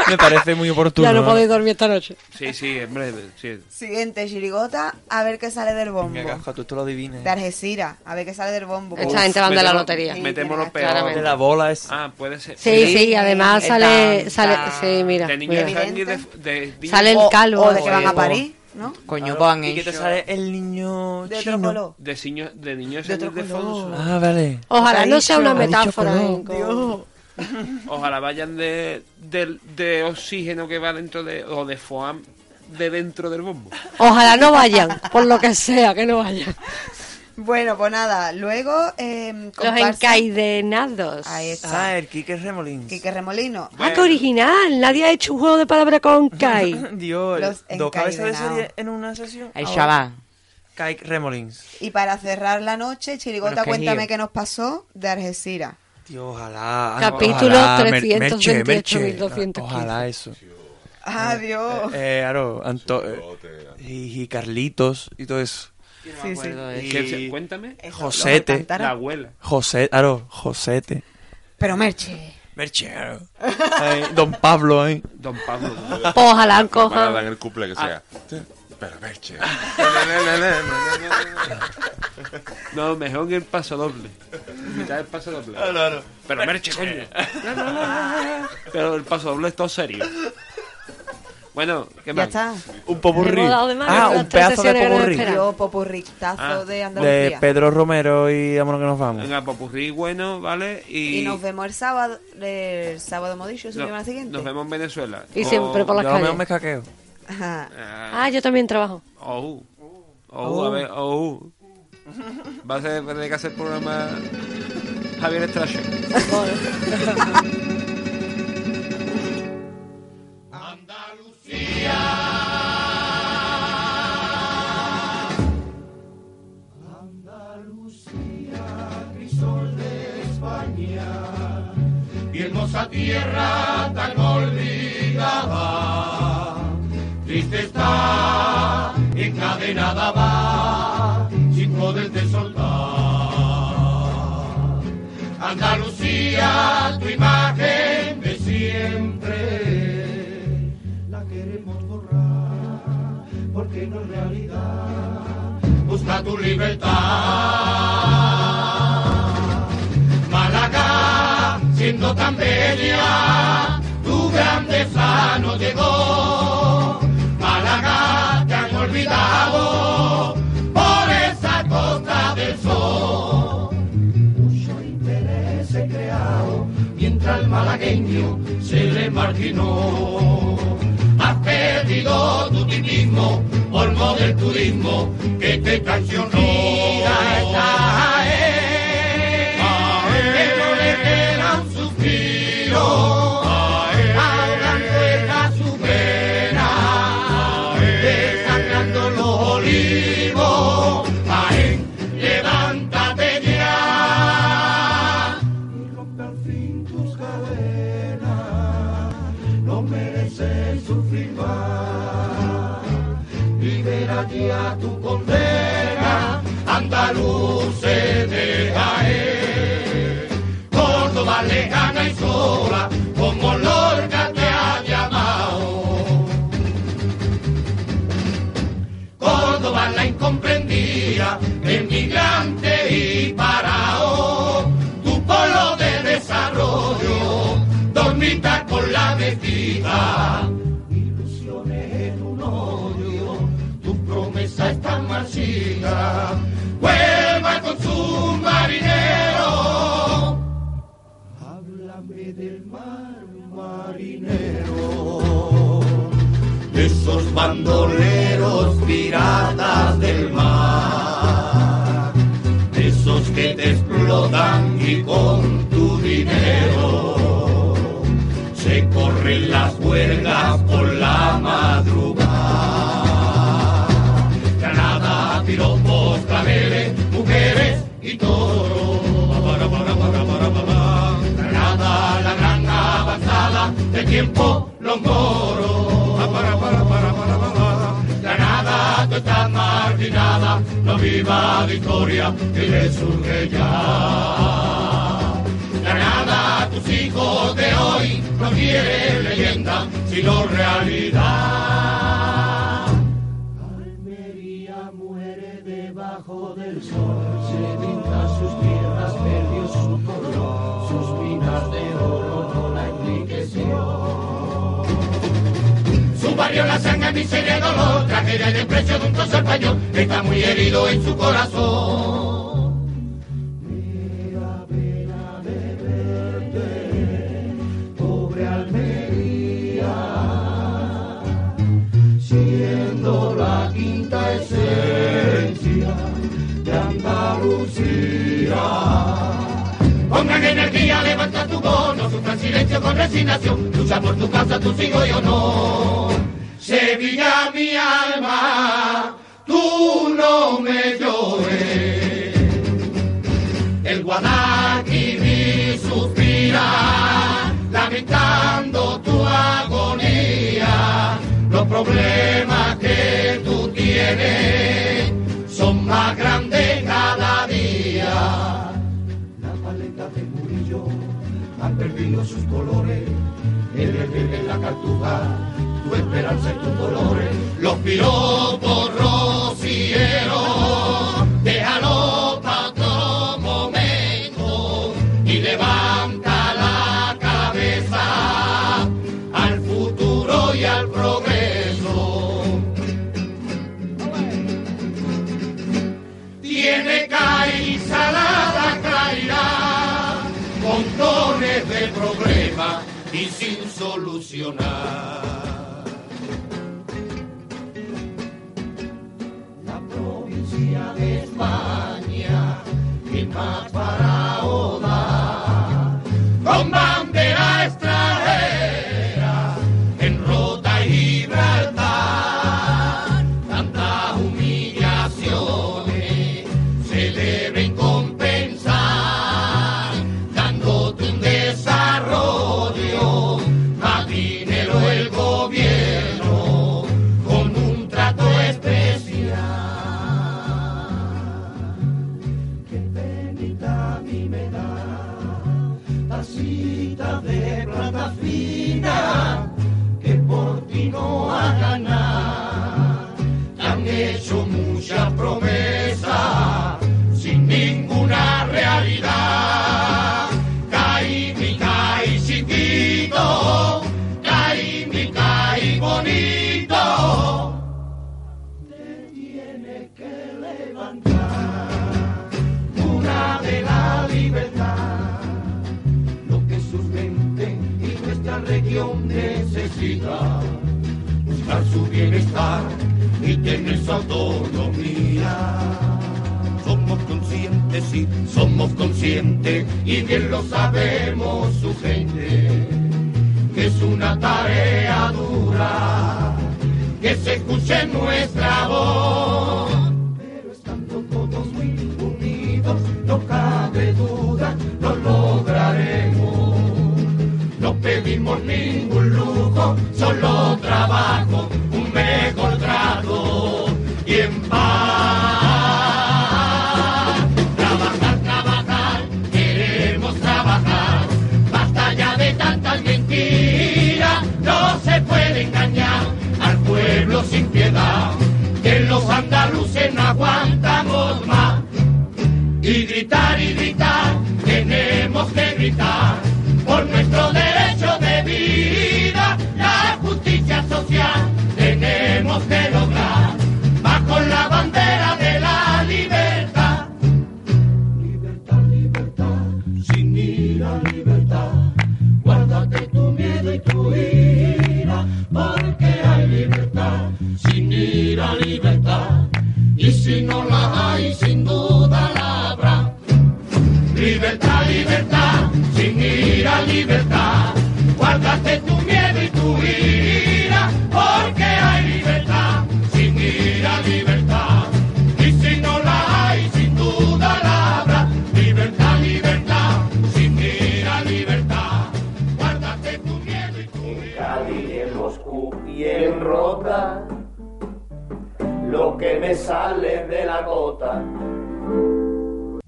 Me parece muy oportuno. ya no ¿eh? podéis dormir esta noche. Sí, sí, hombre, sí. siguiente, Chirigota, a ver qué sale del bombo. Venga, Gasca, tú esto lo adivinas. De Algeciras, a ver qué sale del bombo. Esta gente van de la lotería. Metemos los Claramente. De peores. la bola es. Ah, puede ser. Sí, sí, además eh, sale, tan, sale, tan. sí, mira. De niño mira. Evidente. Disney, de, de Disney. Sale el O- calvo. O de que van a Oye, París, ¿no? Coño, Claro, van ¿Y qué te sale el niño eh. De otro chino? color. De, niño, de niño San otro Ildefonso. Ah, vale. Ojalá no sea una Ha dicho metáfora. color. eh, con- Ojalá vayan de, del- de oxígeno que va dentro de. o de foam de dentro del bombo. Ojalá no vayan, por lo que sea, que no vayan. Bueno, pues nada, luego eh, Los comparsa- encaidenados. Ahí está. Ah, el Kike Remolins. Quique Remolino. Ah, qué original. Nadie ha hecho un juego de palabras con Kai. Dios, Los dos cabezas de encadenados. serie en una sesión. El Ahora, Shabbat. Kike Remolins. Y para cerrar la noche, Chirigota, Bueno, es que cuéntame giro. qué nos pasó de Algeciras. Dios, ojalá. Ah, Capítulo ojalá, 328.215. Ojalá eso. Adiós. Eh, claro, Anto eh, y, y Carlitos y todo eso. Sí, sí. Que se- cuéntame. Josete. La abuela. José, claro, Josete. Pero Merche. Merchero. Ay, don Pablo, ahí. Don Pablo. Ojalá Parada cojan. en el cumple que sea. Pero Merche. No, mejor en el paso doble. Mitad del paso doble. Pero merche, coño. No, no, no, no. Pero el paso doble es todo serio. Bueno, ¿qué Ya más? está. Un popurrí. Hemos dado de más, Ah, las un tres pedazo de sesiones que nos popurrí. esperan. Yo, popurrictazo Ah, de De Andalucía. eh, Pedro Romero y vámonos que nos vamos. Venga, popurrí bueno, ¿vale? Y, y nos vemos el sábado, el sábado modicho, no, semana siguiente. nos vemos en Venezuela. Y O- siempre por Yo las a lo mejor me calles. caqueo. Ajá. Ah, Ah, yo también trabajo. oh, oh, a ver, oh. Va a ser, va a tener que hacer programa Javier Strache. mi hermosa tierra tan olvidada. Triste está, encadenada va, sin poderte soltar. Andalucía, tu imagen de siempre, la queremos borrar, porque no es realidad. Busca tu libertad. Málaga, siendo tan bella, tu grandeza no llegó. Málaga, te han olvidado por esa costa del sol. Mucho interés he creado, mientras el malagueño se le marginó. Has perdido tu tipismo, polvo del turismo que te traicionó. Jaén, que no le queda un suspiro, ahogando en la su pena, desatando los olivos. Jaén, levántate ya y rompe al fin tus cadenas, no mereces sufrir más. Libérate a tu condena, andaluces de Jaén. Córdoba lejana y sola, como Lorca te ha llamado. Córdoba la incomprendida, emigrante y parao. Tu polo de desarrollo, dormita con la vestida. Ilusiones en un odio, tu promesa está marchita. Vuelva con su marinero. Háblame del mar, marinero. De esos bandoleros piratas del mar. De esos que te explotan y con tu dinero. Se corren las huelgas por la madrugada. Granada, piropos, claveles, mujeres y toros. Para, para, para, para, para. Granada, la gran avanzada de tiempo, los moros. Pa, Para, para, para, para, para. Granada, tú estás marginada, no viva la historia que resurge ya. Granada, tus hijos de hoy no quieren leyenda, sino realidad. Almería muere debajo del sol, se pinta sus tierras, perdió su color, sus minas de oro no la enriqueció. Su barrio la sangre, miseria, dolor, tragedia y desprecio de un trozo español, que está muy herido en su corazón. Mira, pena de verte, pobre Almería, siendo la quinta esencia de Andalucía. Pongan energía, levanta tu voz, no sufran silencio con resignación, lucha por tu casa, tus hijos y honor. Sevilla, mi alma, tú no me llores. El Guadalquivir suspira, lamentando tu agonía. Los problemas que tú tienes son más grandes cada día la paleta de Murillo han perdido sus colores. El verde en la cartuja, tu esperanza y tus dolores. Los piropos rocieros, déjalo para otro momento y levanta la cabeza al futuro y al progreso. tiene salada caerá, montones de problemas y sin solucionar. La provincia de España es más para odar. trabajar y tener su autonomía. Somos conscientes, sí, somos conscientes y bien lo sabemos su gente, que es una tarea dura, que se escuche nuestra voz. Pero estando todos muy unidos, no cabe duda, lo lograremos. No pedimos ningún lujo, solo trabajo, un mejor trato y en paz. Trabajar, trabajar, queremos trabajar. Basta ya de tantas mentiras, no se puede engañar al pueblo sin piedad. Que los andaluces no aguantamos más. Y gritar y gritar, tenemos que gritar por nuestro derecho de vida. La justicia social tenemos que lograr bajo la bandera de la libertad. Libertad, libertad, sin ir a libertad. Guárdate tu miedo y tu ira, porque hay libertad, sin ir a libertad. Y si no la hay, sin duda la habrá. Libertad, libertad, sin ir a libertad. Guárdate tu miedo y tu ira, porque hay libertad, sin ir a libertad. Y si no la hay, sin duda la habrá. Libertad, libertad, sin ir a libertad. Guárdate tu miedo y tu ira. Cádiz, en Moscú y en Rota, lo que me sale de la gota.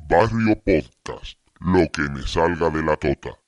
Barrio Podcast. Lo que me salga de la tota.